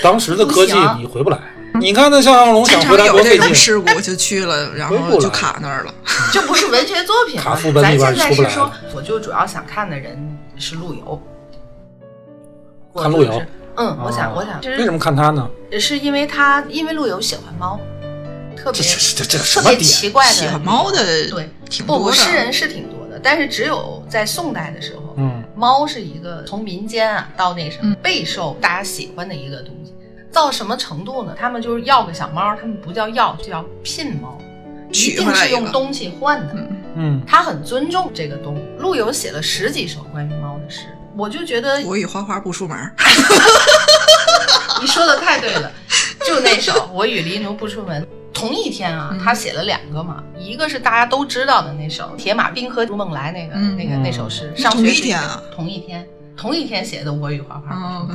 Speaker 2: 当时的科技
Speaker 3: 不行
Speaker 2: 你回不来。你看那项小龙
Speaker 1: 经
Speaker 2: 想
Speaker 1: 常
Speaker 2: 回来
Speaker 1: 有
Speaker 2: 多
Speaker 1: 这
Speaker 2: 费
Speaker 1: 种
Speaker 2: 劲，
Speaker 1: 事故，就去了，然
Speaker 2: 回不
Speaker 1: 后就
Speaker 2: 来
Speaker 1: 卡那儿了。
Speaker 3: 这不是文学作品
Speaker 2: 卡
Speaker 3: 吗
Speaker 2: 夫？本里
Speaker 3: 咱
Speaker 2: 边
Speaker 3: 现
Speaker 2: 出不
Speaker 3: 在是
Speaker 2: 来
Speaker 3: 说
Speaker 2: 了，
Speaker 3: 我就主要想看的人是陆游。我
Speaker 2: 看
Speaker 3: 就
Speaker 2: 陆游
Speaker 3: 是。嗯，我
Speaker 1: 哦
Speaker 3: 想，
Speaker 2: 啊
Speaker 3: 我想，就是
Speaker 2: 为什么看他呢？
Speaker 3: 是因为他，因为陆游喜欢猫，特别
Speaker 2: 这这这这什
Speaker 3: 特
Speaker 2: 么
Speaker 3: 别
Speaker 2: 点？
Speaker 3: 奇怪的
Speaker 1: 喜欢猫的
Speaker 3: 对
Speaker 1: 挺
Speaker 3: 不
Speaker 1: 多
Speaker 3: 不，
Speaker 1: 的，
Speaker 3: 诗人是挺多的，但是只有在宋代的时候，
Speaker 2: 嗯，
Speaker 3: 猫是一个从民间啊到那什么
Speaker 1: 嗯
Speaker 3: 备受大家喜欢的一个东西，到什么程度呢？他们就是要个小猫，他们不叫要，就叫聘猫，一
Speaker 1: 取
Speaker 3: 定
Speaker 1: 回来
Speaker 3: 是
Speaker 1: 一
Speaker 3: 用
Speaker 1: 个。
Speaker 3: 东西换的。
Speaker 1: 嗯，
Speaker 2: 嗯，
Speaker 3: 他很尊重这个动物。陆游写了十几首关于猫的诗，我就觉得
Speaker 1: 我与花花不出门，
Speaker 3: 你说的太 对了，就那首《我与黎奴不出门》。同一天啊
Speaker 1: 嗯，
Speaker 3: 他写了两个嘛，一个是大家都知道的那首《铁马冰河入梦来》那个、
Speaker 1: 嗯
Speaker 3: 那个那首诗，
Speaker 1: 那
Speaker 3: 上
Speaker 1: 同
Speaker 3: 学
Speaker 1: 一
Speaker 3: 时
Speaker 1: 天啊，
Speaker 3: 同一天，同一天写的《我与花花》
Speaker 1: 嗯，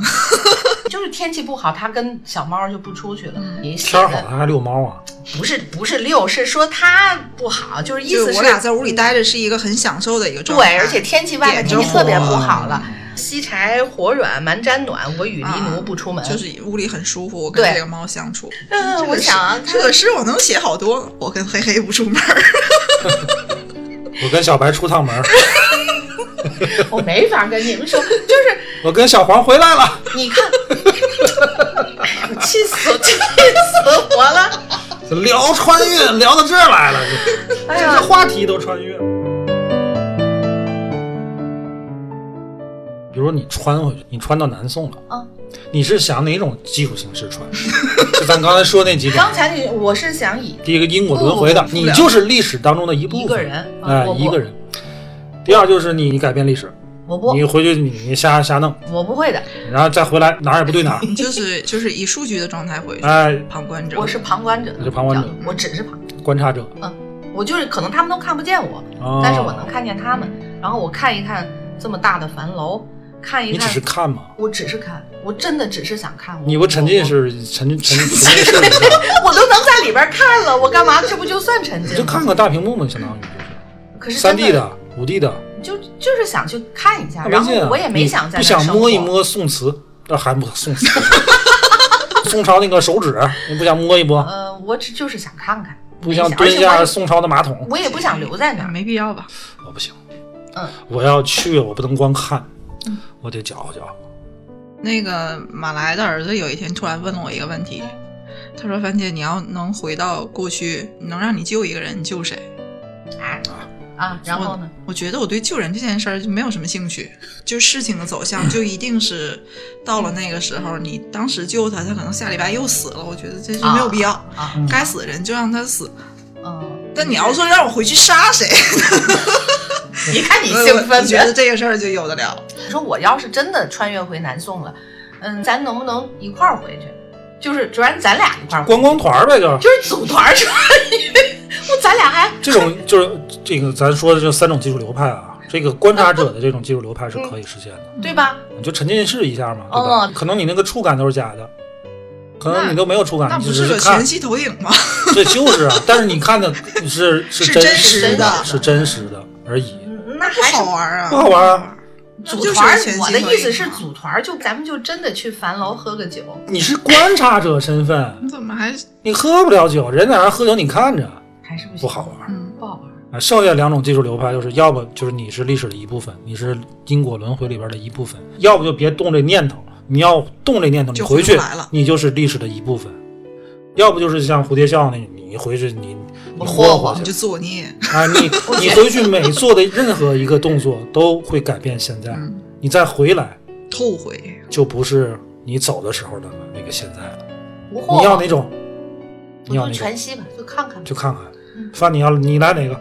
Speaker 3: 就是天气不好，他跟小猫就不出去了，
Speaker 1: 嗯
Speaker 3: 也写
Speaker 2: 天儿好
Speaker 3: 的
Speaker 2: 他还遛猫啊？
Speaker 3: 不是不是六，是说他不好，就是意
Speaker 1: 就
Speaker 3: 思
Speaker 1: 是
Speaker 3: 是
Speaker 1: 我俩在屋里待着是一个很享受的一个状态。
Speaker 3: 对，而且天气外面
Speaker 1: 点着
Speaker 3: 天气特别不
Speaker 1: 火
Speaker 3: 好了，西柴火软蛮毡暖，我与黎奴
Speaker 1: 啊
Speaker 3: 不出门，
Speaker 1: 就是屋里很舒服，我跟
Speaker 3: 对
Speaker 1: 这个猫相处。
Speaker 3: 嗯
Speaker 1: 这个
Speaker 3: 我
Speaker 1: 诗
Speaker 3: 想啊
Speaker 1: 这个诗我能写好多。我跟黑黑不出门，
Speaker 2: 我跟小白出趟门儿，
Speaker 3: 我没法跟你们说，就是。
Speaker 2: 我跟小黄回来了。
Speaker 3: 你看，气死我，气死我了！
Speaker 2: 聊穿越聊到这儿来了，这
Speaker 3: 哎
Speaker 2: 这
Speaker 3: 呀
Speaker 2: 这话题都穿越了。比如你穿回去，你穿到南宋了，
Speaker 3: 嗯，
Speaker 2: 你是想哪种技术形式穿？ 就咱刚才说那几种。
Speaker 3: 刚才你我是想以
Speaker 2: 第一个因果轮回的，
Speaker 1: 不不不
Speaker 2: 你就是历史当中的一部分，
Speaker 3: 一个人
Speaker 2: 哎
Speaker 3: 啊，我，
Speaker 2: 一
Speaker 3: 我
Speaker 2: 个人。第二就是你你改变历史，
Speaker 3: 我不
Speaker 2: 你回去你你瞎瞎弄，
Speaker 3: 我不会的，
Speaker 2: 然后再回来哪儿也不对 哪儿，
Speaker 1: 你就是就是以数据的状态回去，
Speaker 2: 哎，
Speaker 1: 旁观者。
Speaker 3: 我是旁观者，
Speaker 2: 你是旁观者，
Speaker 3: 我只是旁，
Speaker 2: 观察者。
Speaker 3: 我就是可能他们都看不见我，
Speaker 2: 啊、
Speaker 3: 但是我能看见他们，然后我看一看这么大的樊楼，看一
Speaker 2: 你只
Speaker 3: 看
Speaker 2: 是，看嘛，
Speaker 3: 我只是看，我真的只是想看，我
Speaker 2: 你不沉浸，式沉沉沉浸式 的看，
Speaker 3: 我我我都能在里边看了，我干嘛？这不就算沉浸
Speaker 2: 你
Speaker 3: 吗？
Speaker 2: 就看个大屏幕嘛，相当于
Speaker 3: 可
Speaker 2: 就是是三 D
Speaker 3: 真的，
Speaker 2: 的、五 D 的，
Speaker 3: 就就是想去看一下，
Speaker 2: 那
Speaker 3: 然
Speaker 2: 没
Speaker 3: 后
Speaker 2: 劲啊。
Speaker 3: 我也没想
Speaker 2: 你
Speaker 3: 在
Speaker 2: 不
Speaker 3: 那儿
Speaker 2: 想
Speaker 3: 生
Speaker 2: 摸一
Speaker 3: 活
Speaker 2: 摸宋词，那还不宋词， 宋朝那个手指，你不想摸一摸？
Speaker 3: 呃，我只就是想看看，
Speaker 2: 不想
Speaker 3: 没想
Speaker 2: 蹲下啊
Speaker 3: 而且我也
Speaker 2: 宋朝的马桶，
Speaker 3: 我也不想留在那儿。
Speaker 1: 哎没必要吧？
Speaker 2: 我不行。
Speaker 3: 嗯，
Speaker 2: 我要去，我不能光看，我得搅和搅和。
Speaker 1: 那个马来的儿子有一天突然问了我一个问题，他说：“番姐，你要能回到过去，能让你救一个人，你救谁
Speaker 3: 哎啊，然后呢？？”
Speaker 1: 我觉得我对救人这件事儿就没有什么兴趣，就事情的走向就一定是到了那个时候，你当时救他，他可能下礼拜又死了，我觉得这就没有必要，
Speaker 3: 啊，
Speaker 1: 该死的人就让他死。
Speaker 3: 嗯，
Speaker 1: 但你要说让我回去杀谁，
Speaker 3: 你看 你
Speaker 1: 我
Speaker 3: 兴
Speaker 1: 我
Speaker 3: 奋
Speaker 1: 觉得
Speaker 3: 的，
Speaker 1: 这个事儿就有的聊。
Speaker 2: 啊
Speaker 3: 你说我要是真的穿越回南宋了，嗯，咱能不能一块儿回去？就是主要咱俩一块儿回去，
Speaker 2: 观光团儿呗，就
Speaker 3: 就是组团儿穿越， 我咱俩还
Speaker 2: 这种就是这个咱说的这三种技术流派啊，这个观察者的这种技术流派是
Speaker 3: 嗯
Speaker 2: 可以实现的，
Speaker 3: 对吧？
Speaker 2: 你就沉浸式一下嘛，对吧？
Speaker 3: 哦
Speaker 2: 可能你那个触感都是假的，可能你都没有触感，
Speaker 1: 那
Speaker 2: 你
Speaker 1: 不
Speaker 2: 只
Speaker 1: 是
Speaker 2: 是
Speaker 1: 个
Speaker 2: 看
Speaker 1: 全，息投影吗？
Speaker 2: 对，就是啊。但是你看 的是
Speaker 1: 是
Speaker 2: 真
Speaker 1: 真
Speaker 2: 实
Speaker 1: 实嗯
Speaker 3: 的
Speaker 2: 是真实的而已。
Speaker 3: 嗯那
Speaker 1: 不
Speaker 3: 还是
Speaker 1: 好玩儿啊，
Speaker 2: 不好玩儿啊
Speaker 3: 组
Speaker 1: 就是
Speaker 3: 团儿
Speaker 1: 全息，
Speaker 3: 我的
Speaker 1: 投
Speaker 3: 意思
Speaker 1: 影
Speaker 3: 是
Speaker 1: 嘛
Speaker 3: 组团儿，就咱们就真的去樊楼喝个酒。
Speaker 2: 你是观察者身份，
Speaker 1: 你怎么还
Speaker 2: 你喝不了酒，人在那儿喝酒，你看着
Speaker 3: 还是不行
Speaker 2: 不好玩儿
Speaker 1: 嗯
Speaker 3: 不好玩儿。
Speaker 2: 啊。剩下两种技术流派，就是要不就是你是历史的一部分，你是因果轮回里边的一部分；要不就别动这念头。你要动这念头，你
Speaker 1: 就
Speaker 2: 回
Speaker 1: 回
Speaker 2: 去
Speaker 1: 不来了
Speaker 2: 你就是历史的一部分；要不就是像蝴蝶效那，你回去你你
Speaker 3: 我
Speaker 2: 霍
Speaker 3: 霍
Speaker 2: 霍
Speaker 3: 霍
Speaker 2: 去
Speaker 1: 你就自我捏？
Speaker 2: 啊，你你回去每做的任何一个动作都会改变现在，
Speaker 1: 嗯，
Speaker 2: 你再回来
Speaker 1: 后悔，
Speaker 2: 就不是你走的时候的那个现在了。
Speaker 3: 不霍
Speaker 2: 你要
Speaker 3: 霍，
Speaker 2: 哪种？你要
Speaker 3: 就
Speaker 2: 哪种
Speaker 3: 传？息吧，就看看吧。
Speaker 2: 就看看，范，你要你来哪个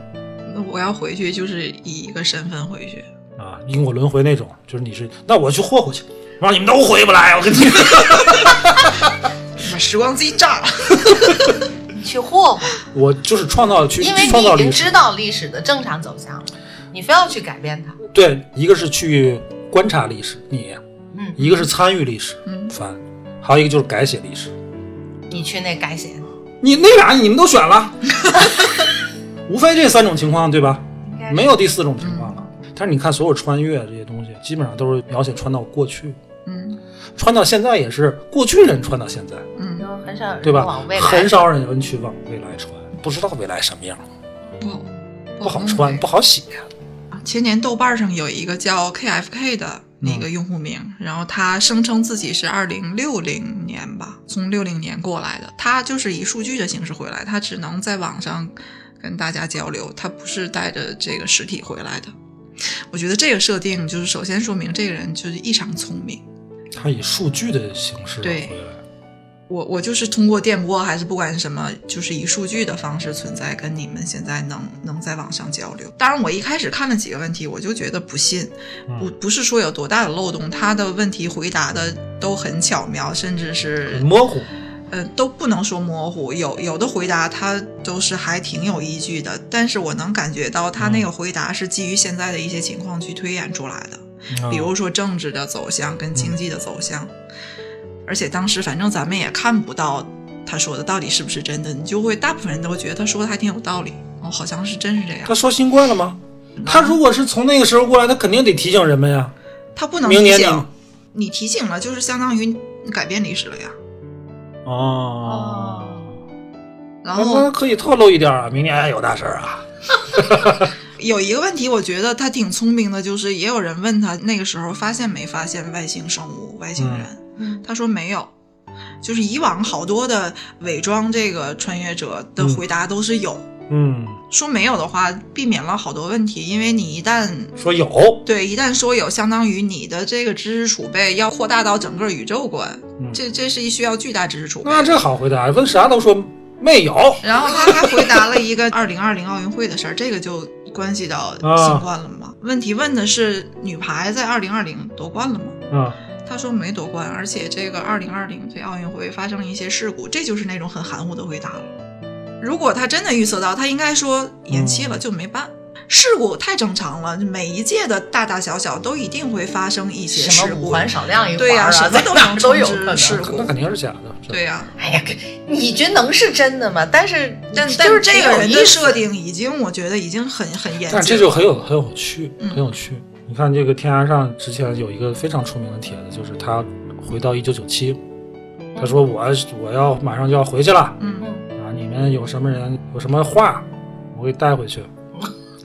Speaker 1: 那我要回去就是以一个身份回去，
Speaker 2: 啊？因果轮回那种，就是你是，那我去霍霍去，妈你们都回不来，我跟你。
Speaker 1: 把时光机炸了。
Speaker 3: 你去霍霍，
Speaker 2: 我就是创造去
Speaker 3: 因为
Speaker 2: 创
Speaker 3: 你
Speaker 2: 造
Speaker 3: 已
Speaker 2: 历
Speaker 3: 经
Speaker 2: 史
Speaker 3: 知，道历史的正常走向了，你非要去改变它。
Speaker 2: 对，一个是去观察历史，你，
Speaker 3: 嗯
Speaker 2: 一个是参与历史，
Speaker 1: 嗯
Speaker 2: 翻，还有一个就是改写历史。
Speaker 3: 你去那改写，
Speaker 2: 你那俩你们都选 了，无非这三种情况对吧？
Speaker 3: 应该是
Speaker 2: 没有第四种情况了。
Speaker 3: 嗯
Speaker 2: 但是你看，所有穿越这些东西，基本上都是描写穿到过去，
Speaker 1: 嗯
Speaker 2: 穿到现在也是过去人穿到现在，
Speaker 1: 嗯，
Speaker 3: 就很少有人
Speaker 2: 对吧
Speaker 3: 往未？来
Speaker 2: 很少有人去往未来穿，不知道未来什么样，
Speaker 1: 不好嗯
Speaker 2: 不好穿，不好写。
Speaker 1: 啊，前年豆瓣上有一个叫 KFK 的那个用户名，然后他声称自己是二零六零年吧，从六零年过来的。他就是以数据的形式回来，他只能在网上跟大家交流，他不是带着这个实体回来的。我觉得这个设定就是首先说明这个人就是异常聪明。
Speaker 2: 它以数据的形式回
Speaker 1: 对
Speaker 2: 来，
Speaker 1: 我我就是通过电波还是不管什么，就是以数据的方式存在，跟你们现在能能在网上交流。当然，我一开始看了几个问题，我就觉得不信，
Speaker 2: 嗯
Speaker 1: 不不是说有多大的漏洞，他的问题回答的都很巧妙，甚至是
Speaker 2: 很模糊。
Speaker 1: 呃都不能说模糊，有有的回答他都是还挺有依据的，但是我能感觉到
Speaker 2: 嗯
Speaker 1: 他那个回答是基于现在的一些情况去推演出来的。
Speaker 2: 嗯
Speaker 1: 比如说政治的走向跟经济的走向，而且当时反正咱们也看不到他说的到底是不是真的，你就会大部分人都觉得他说的还挺有道理，哦，好像是真是这样
Speaker 2: 他。说新冠了吗？
Speaker 1: 嗯
Speaker 2: 他如果是从那个时候过来，他肯定得提醒人们呀。
Speaker 1: 他不能
Speaker 2: 明
Speaker 1: 提
Speaker 2: 年
Speaker 1: 醒
Speaker 2: 呢，
Speaker 1: 你提醒了就是相当于你改变历史了呀。
Speaker 2: 哦，
Speaker 1: 然
Speaker 2: 那
Speaker 1: 后
Speaker 2: 那可以透露一点啊，明年还有大事儿啊。
Speaker 1: 有一个问题，我觉得他挺聪明的，就是也有人问他那个时候发现没发现外星生物、外星人，
Speaker 3: 嗯
Speaker 1: 他说没有。就是以往好多的伪装这个穿越者的
Speaker 2: 嗯
Speaker 1: 回答都是有，
Speaker 2: 嗯，
Speaker 1: 说没有的话，避免了好多问题，因为你一旦
Speaker 2: 说有，
Speaker 1: 对一旦说有，相当于你的这个知识储备要扩大到整个宇宙观，
Speaker 2: 嗯
Speaker 1: 这这是一需要巨大知识储备。
Speaker 2: 那这好回答，问啥都说没有。
Speaker 1: 然后他还回答了一个二零二零奥运会的事儿，这个就关系到新冠了嘛？问题问的是女排在二零二零夺冠了吗？
Speaker 2: 嗯，
Speaker 1: 他说没夺冠，而且这个二零二零这奥运会发生了一些事故，这就是那种很含糊的回答了。如果他真的预测到，他应该说延期
Speaker 2: 嗯
Speaker 1: 了就没办。事故太正常了，每一届的大大小小都一定会发生一些
Speaker 3: 什
Speaker 1: 事
Speaker 3: 么五
Speaker 1: 故。
Speaker 3: 环少量一环
Speaker 1: 对呀、
Speaker 3: 啊
Speaker 1: 什么都
Speaker 3: 在哪
Speaker 1: 能
Speaker 3: 儿都有
Speaker 1: 称
Speaker 3: 可
Speaker 1: 之
Speaker 3: 能。
Speaker 1: 事
Speaker 2: 那
Speaker 1: 故。
Speaker 2: 肯定是假的。是
Speaker 1: 对呀、
Speaker 3: 哎呀，你觉得能是真的吗？但是
Speaker 1: 但
Speaker 3: 就
Speaker 1: 但
Speaker 3: 是
Speaker 1: 这
Speaker 3: 挺有
Speaker 1: 个人
Speaker 3: 意
Speaker 1: 的
Speaker 3: 思
Speaker 1: 设定已经，我觉得已经很很严谨
Speaker 2: 但
Speaker 1: 了。
Speaker 2: 这就很有很有趣，
Speaker 1: 嗯
Speaker 2: 很有趣。你看这个天涯上之前有一个非常出名的帖子，就是他回到一九九七，他说我我要马上就要回去了
Speaker 1: 嗯，
Speaker 2: 啊，你们有什么人有什么话，我给带回去。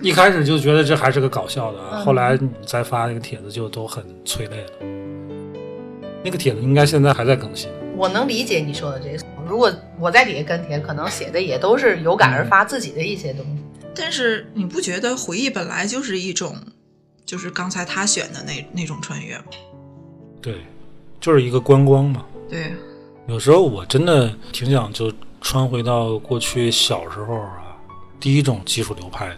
Speaker 2: 一开始就觉得这还是个搞笑的啊，
Speaker 3: 嗯
Speaker 2: 后来你再发那个帖子就都很催泪了。那个帖子应该现在还在更新，
Speaker 3: 我能理解你说的这个。如果我在底下跟帖，可能写的也都是有
Speaker 2: 嗯
Speaker 3: 感而发自己的一些东西。
Speaker 1: 但是你不觉得回忆本来就是一种，就是刚才他选的那那种穿越吗？
Speaker 2: 对，就是一个观光嘛。
Speaker 1: 对，
Speaker 2: 有时候我真的挺想就穿回到过去小时候啊，第一种技术流派的，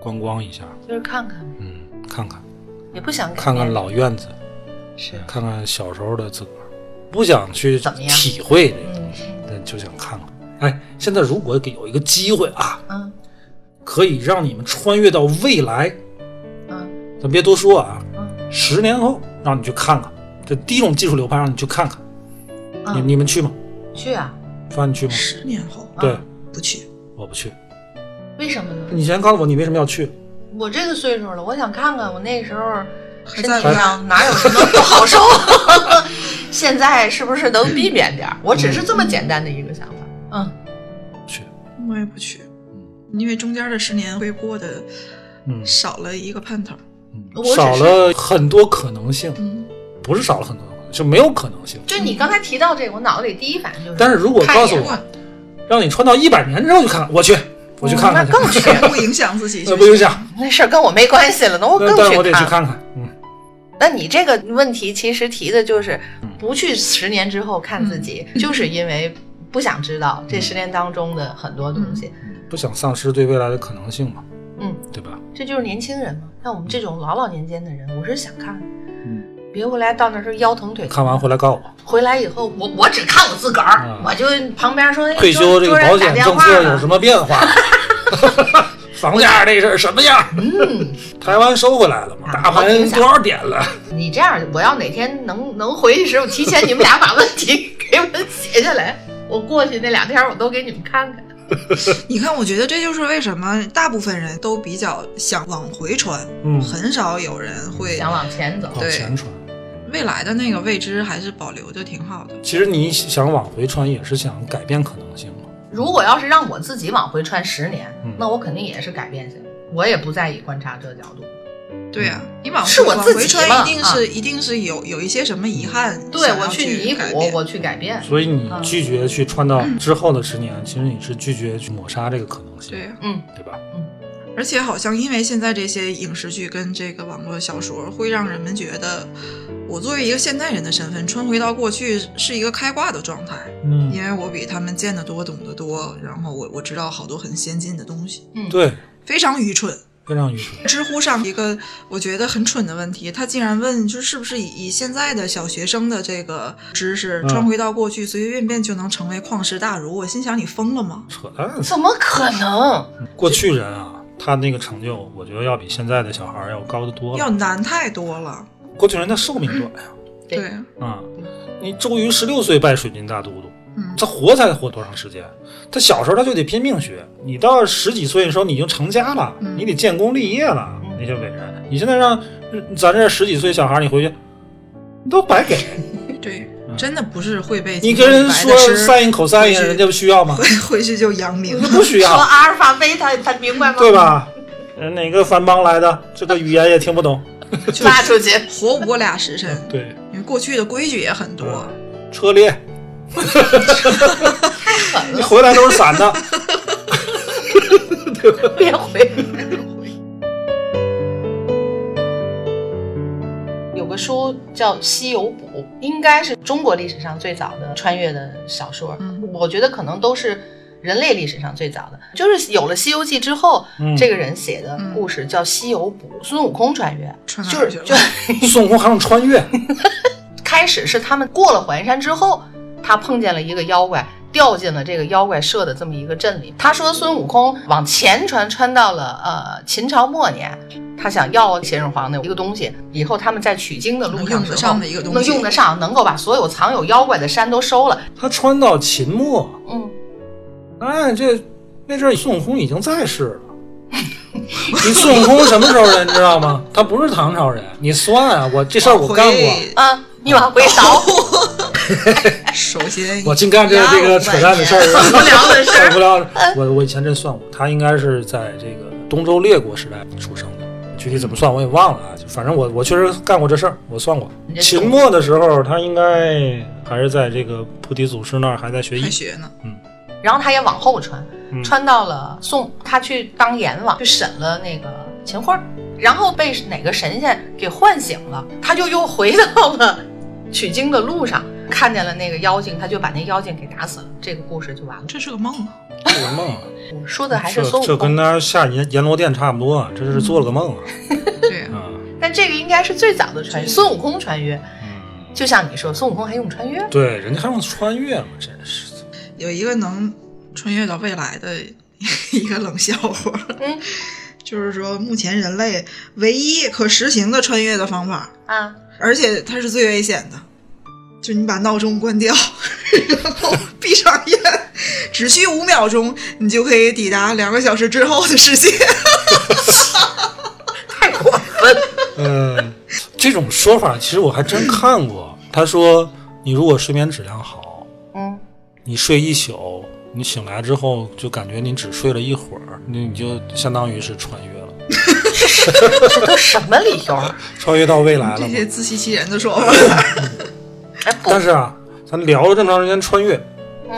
Speaker 2: 观光一下，
Speaker 3: 就是看看，
Speaker 2: 嗯，看看
Speaker 3: 也不想改
Speaker 2: 看看
Speaker 3: 变
Speaker 2: 老院子，
Speaker 3: 是
Speaker 2: 看看小时候的自个儿，不想去
Speaker 3: 怎么样
Speaker 2: 体会这个
Speaker 3: 嗯
Speaker 2: 东西，但就想看看。哎，现在如果给有一个机会啊，
Speaker 3: 嗯
Speaker 2: 可以让你们穿越到未来，
Speaker 3: 嗯
Speaker 2: 咱别多说啊，
Speaker 3: 嗯
Speaker 2: 十年后让你去看看，这第一种技术流派让你去看看，你
Speaker 3: 嗯，
Speaker 2: 你们去吗？
Speaker 3: 去啊，
Speaker 2: 发你去吗？
Speaker 1: 十年后
Speaker 3: 啊
Speaker 2: 对，
Speaker 1: 不去，
Speaker 2: 我不去。
Speaker 3: 为什么呢？
Speaker 2: 你先告诉我你为什么要去？
Speaker 3: 我这个岁数了，我想看看我那时候身
Speaker 1: 在
Speaker 3: 体上哪有什么不好受， 现在是不是能避免点儿？我只是这么简单的一个想法。嗯，
Speaker 2: 不去。
Speaker 1: 我也不去，因为中间的十年会过得
Speaker 2: 嗯
Speaker 1: 少了一个盼头。
Speaker 2: 嗯，
Speaker 3: 我只是
Speaker 2: 少了很多可能性，
Speaker 1: 嗯，
Speaker 2: 不是少了很多可能性，是没有可能性。
Speaker 3: 就你刚才提到这个，我脑子里第一反应就是，
Speaker 2: 但是如果告诉
Speaker 3: 看一眼
Speaker 2: 我，让你穿到一百年之后去看看，我去，我去看看去，
Speaker 3: 嗯那更 去
Speaker 1: 不影响自己
Speaker 2: 那
Speaker 1: 就
Speaker 2: 不影
Speaker 1: 行。
Speaker 2: 响，
Speaker 3: 那事儿跟我没关系了，那我更
Speaker 2: 但但
Speaker 3: 去
Speaker 2: 我得去
Speaker 3: 看。
Speaker 2: 看看。嗯，
Speaker 3: 那你这个问题其实提的就是
Speaker 2: 嗯
Speaker 3: 不去十年之后看自己， 就是因为不想知道
Speaker 2: 嗯
Speaker 3: 这十年当中的很多东西。
Speaker 2: 不想丧失对未来的可能性嘛，
Speaker 3: 嗯，
Speaker 2: 对吧？
Speaker 3: 这就是年轻人嘛。像我们这种老老年间的人，我是想看，
Speaker 2: 嗯
Speaker 3: 别回来到那时候腰疼腿疼。
Speaker 2: 看完回来告我。
Speaker 3: 回来以后，我我只看我自个儿，
Speaker 2: 啊
Speaker 3: 我就旁边说
Speaker 2: 退休这个保险政策有什
Speaker 3: 么？
Speaker 2: 么变化？ 房价这事儿什么样？
Speaker 3: 嗯，
Speaker 2: 台湾收回来了吗？大盘多少点了？
Speaker 3: 你这样，我要哪天能能回去时候，提前你们俩把问题给我写下来，我过去那两天我都给你们看看。
Speaker 1: 你看，我觉得这就是为什么大部分人都比较想往回穿，
Speaker 2: 嗯，
Speaker 1: 很少有人会
Speaker 3: 想往前走，
Speaker 2: 往
Speaker 1: 对
Speaker 2: 前传。
Speaker 1: 未来的那个未知还是保留着挺好的。
Speaker 2: 其实你想往回穿，也是想改变可能性嘛。
Speaker 3: 如果要是让我自己往回穿十年，
Speaker 2: 嗯
Speaker 3: 那我肯定也是改变性，我也不再以观察者角度。
Speaker 1: 对啊，
Speaker 2: 嗯
Speaker 1: 你往
Speaker 3: 是我
Speaker 1: 往
Speaker 3: 自己
Speaker 1: 回穿
Speaker 3: 嘛啊
Speaker 1: 一定是、一定是有有一些什么遗憾，
Speaker 3: 对
Speaker 1: 想
Speaker 3: 我
Speaker 1: 要
Speaker 3: 去弥
Speaker 1: 改
Speaker 3: 补
Speaker 1: 变，
Speaker 3: 我去改变。
Speaker 2: 所以你
Speaker 3: 嗯
Speaker 2: 拒绝去穿到之后的十年，其实你是拒绝去抹杀这个可能性，
Speaker 1: 对啊，
Speaker 3: 嗯，
Speaker 2: 对吧？
Speaker 1: 而且好像因为现在这些影视剧跟这个网络小说，会让人们觉得，我作为一个现代人的身份，穿回到过去是一个开挂的状态，
Speaker 2: 嗯，
Speaker 1: 因为我比他们见得多，懂得多，然后我我知道好多很先进的东西，
Speaker 2: 对，
Speaker 1: 非常愚蠢。
Speaker 2: 非常愚蠢。
Speaker 1: 知乎上一个我觉得很蠢的问题，他竟然问，就是不是以以现在的小学生的这个知识
Speaker 2: 嗯
Speaker 1: 穿回到过去，随随便便就能成为旷世大儒？我心想你疯了吗？
Speaker 2: 扯淡！啊
Speaker 3: 嗯怎么可能？
Speaker 2: 过去人啊，他那个成就，我觉得要比现在的小孩儿要高得多
Speaker 1: 要
Speaker 2: 了。
Speaker 1: 难太多了。
Speaker 2: 过去人的寿命短呀，
Speaker 3: 对
Speaker 1: 对，
Speaker 2: 啊，你周瑜十六岁拜水军大都督，
Speaker 1: 嗯，
Speaker 2: 他活才活多长时间？他小时候他就得拼命学，你到十几岁的时候你已经成家了，
Speaker 1: 嗯
Speaker 2: 你得建功立业了
Speaker 3: 嗯。
Speaker 2: 那些伟人，你现在让嗯咱这十几岁小孩儿你回去，你都白给。
Speaker 1: 对，真的不是会被
Speaker 2: 嗯你跟人
Speaker 1: 白
Speaker 2: 说
Speaker 1: 的诗
Speaker 2: sin cos，
Speaker 1: 回去
Speaker 2: 人家不需要吗？
Speaker 1: 回回去就扬名
Speaker 2: 人家不需
Speaker 3: 说啊
Speaker 2: 要，
Speaker 3: 阿尔法、贝塔，他明白吗？
Speaker 2: 对？吧？呃哪个藩邦来的？这个语言也听不懂。
Speaker 3: 拉出去。
Speaker 1: 活不过俩时辰。
Speaker 2: 对，
Speaker 1: 因为过去的规矩也很多，
Speaker 2: 车裂，你回来都是散的。
Speaker 3: 别回。有个书叫《西游补》，应该是中国历史上最早的穿越的小说。
Speaker 1: 嗯
Speaker 3: 我觉得可能都是人类历史上最早的，就是有了《西游记》之后，
Speaker 2: 嗯
Speaker 3: 这个人写的故事叫《西游补》，孙悟空穿越，
Speaker 1: 穿哪
Speaker 3: 就
Speaker 1: 儿
Speaker 3: 是
Speaker 1: 去
Speaker 3: 就
Speaker 1: 了
Speaker 2: 孙悟空还能穿越，
Speaker 3: 开始是他们过了环山之后，他碰见了一个妖怪，掉进了这个妖怪设的这么一个阵里。他说孙悟空往前传，穿到了呃秦朝末年，他想要秦始皇的一个东西，以后他们在取经的路 上
Speaker 1: 能用得上的
Speaker 3: 时
Speaker 1: 一个
Speaker 3: 候
Speaker 1: 东
Speaker 3: 能
Speaker 1: 西，
Speaker 3: 用得上，能够把所有藏有妖怪的山都收了。
Speaker 2: 他穿到秦末，
Speaker 3: 嗯，
Speaker 2: 哎，这那阵儿孙悟空已经在世了。你孙悟空什么时候人，你知道吗？他不是唐朝人，你算啊！我这事儿我干过，
Speaker 1: 过。
Speaker 3: 啊，你往回倒，
Speaker 1: 首先，
Speaker 2: 我净干这这个扯淡的事儿，
Speaker 3: 很 无聊的事儿
Speaker 2: 很无聊的。我我以前真算过，他应该是在这个东周列国时代出生的，具体怎么算我也忘了啊。就反正我我确实干过这事儿，我算过。
Speaker 3: 你这
Speaker 2: 秦末的时候，他应该还是在这个菩提祖师那儿还在学医
Speaker 1: 还。学呢，
Speaker 3: 然后他也往后穿，
Speaker 2: 嗯
Speaker 3: 穿到了宋，他去当阎王，去审了那个秦桧儿，然后被哪个神仙给唤醒了，他就又回到了取经的路上，看见了那个妖精，他就把那妖精给打死了，这个故事就完了。
Speaker 1: 这是个梦啊！
Speaker 2: 做个梦啊，
Speaker 3: 我说的还是
Speaker 2: 这
Speaker 3: 孙悟
Speaker 2: 这跟
Speaker 3: 空，
Speaker 2: 他下阎阎罗殿差不多啊，这是做了个梦啊。
Speaker 1: 对
Speaker 3: 嗯
Speaker 1: 啊，
Speaker 2: 啊，
Speaker 3: 但这个应该是最早的穿越，孙悟空穿越，
Speaker 2: 嗯，
Speaker 3: 就像你说，孙悟空还用穿越？
Speaker 2: 对，人家还用穿越吗？真是的。
Speaker 1: 有一个能穿越到未来的一个冷笑话，
Speaker 3: 嗯
Speaker 1: 就是说目前人类唯一可实行的穿越的方法，
Speaker 3: 啊，
Speaker 1: 而且它是最危险的，就你把闹钟关掉， 然后闭上眼，只需五秒钟，你就可以抵达两个小时之后的世界。
Speaker 3: 太过分了。
Speaker 2: 呃，这种说法其实我还真看过。他说，你如果睡眠质量好，
Speaker 3: 嗯，
Speaker 2: 你睡一宿，你醒来之后就感觉你只睡了一会儿，那你就相当于是穿越了，
Speaker 3: 这都什么理由？
Speaker 2: 穿越到未来了
Speaker 1: 这
Speaker 2: 嘛。
Speaker 1: 些自欺欺人的说法，
Speaker 3: 哎，不
Speaker 2: 但是啊，咱聊了这么长时间穿越，
Speaker 3: 嗯，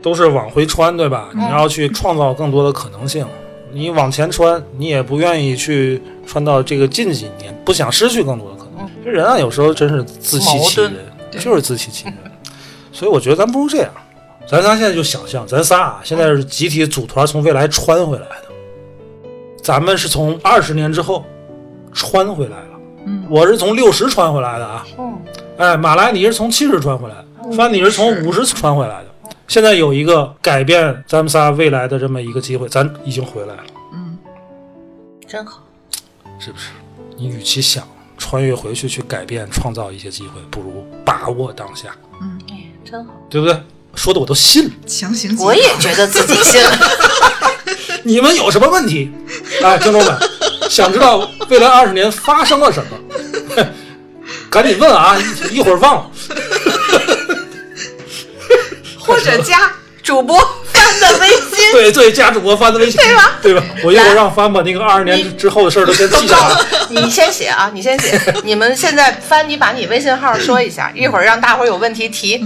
Speaker 2: 都是往回穿，对吧？你要去创造更多的可能性。你往前穿，你也不愿意去穿到这个近几年，不想失去更多的可能性。这人啊，有时候真是自欺欺人
Speaker 3: 矛，
Speaker 1: 对
Speaker 2: 就是自欺欺人。 所以我觉得咱不如这样，咱仨现在就想象，咱仨啊，现在是集体组团从未来穿回来的，咱们是从二十年之后穿回来了。
Speaker 1: 嗯
Speaker 2: 我是从六十穿回来的啊。
Speaker 3: 嗯，
Speaker 2: 哎，马来你是从七十穿回来的，帆嗯你是从五十穿回来的。现在有一个改变咱们仨未来的这么一个机会，咱已经回来了，
Speaker 1: 嗯，
Speaker 3: 真好。
Speaker 2: 是不是？你与其想穿越回去去改变、创造一些机会，不如把握当下，
Speaker 3: 哎，真好。
Speaker 2: 对不对？说的我都信了。
Speaker 1: 强行挤
Speaker 3: 我也觉得自己信了。
Speaker 2: 你们有什么问题？ 哎，听众们，想知道未来二十年发生了什么？ 赶紧问啊！一会儿忘了。
Speaker 3: 或者加主播翻的微信，
Speaker 2: 对对，加主播翻的微信，对吧？对吧？我一会儿让翻把那个二十年之后的事儿都先记下来。
Speaker 3: 你先写啊，你先 写。你们现在翻，你把你微信号说一下，一会儿让大伙儿有问题提。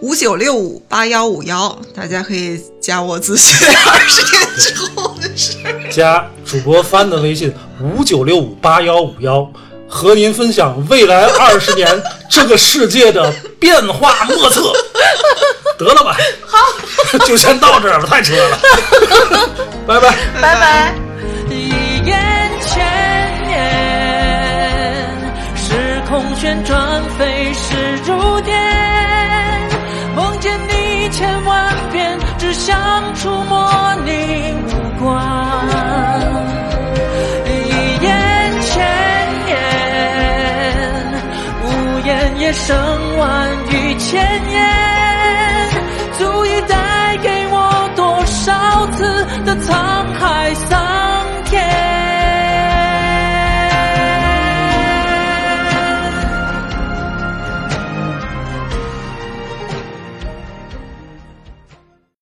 Speaker 1: 五九六五八幺五幺，大家可以加我自己二十天之后的事。
Speaker 2: 加主播帆的微信五九六五八幺五幺，和您分享未来二十年这个世界的变化莫测。 得了吧，好， 就先到这儿吧，太扯了， 拜拜。
Speaker 3: 拜拜。
Speaker 4: 一眼千年，时空旋转飞逝如电，梦见你千万遍，只想触摸你目光。一眼千年，无言也胜万语千言，足以带给我多少次的沧海桑。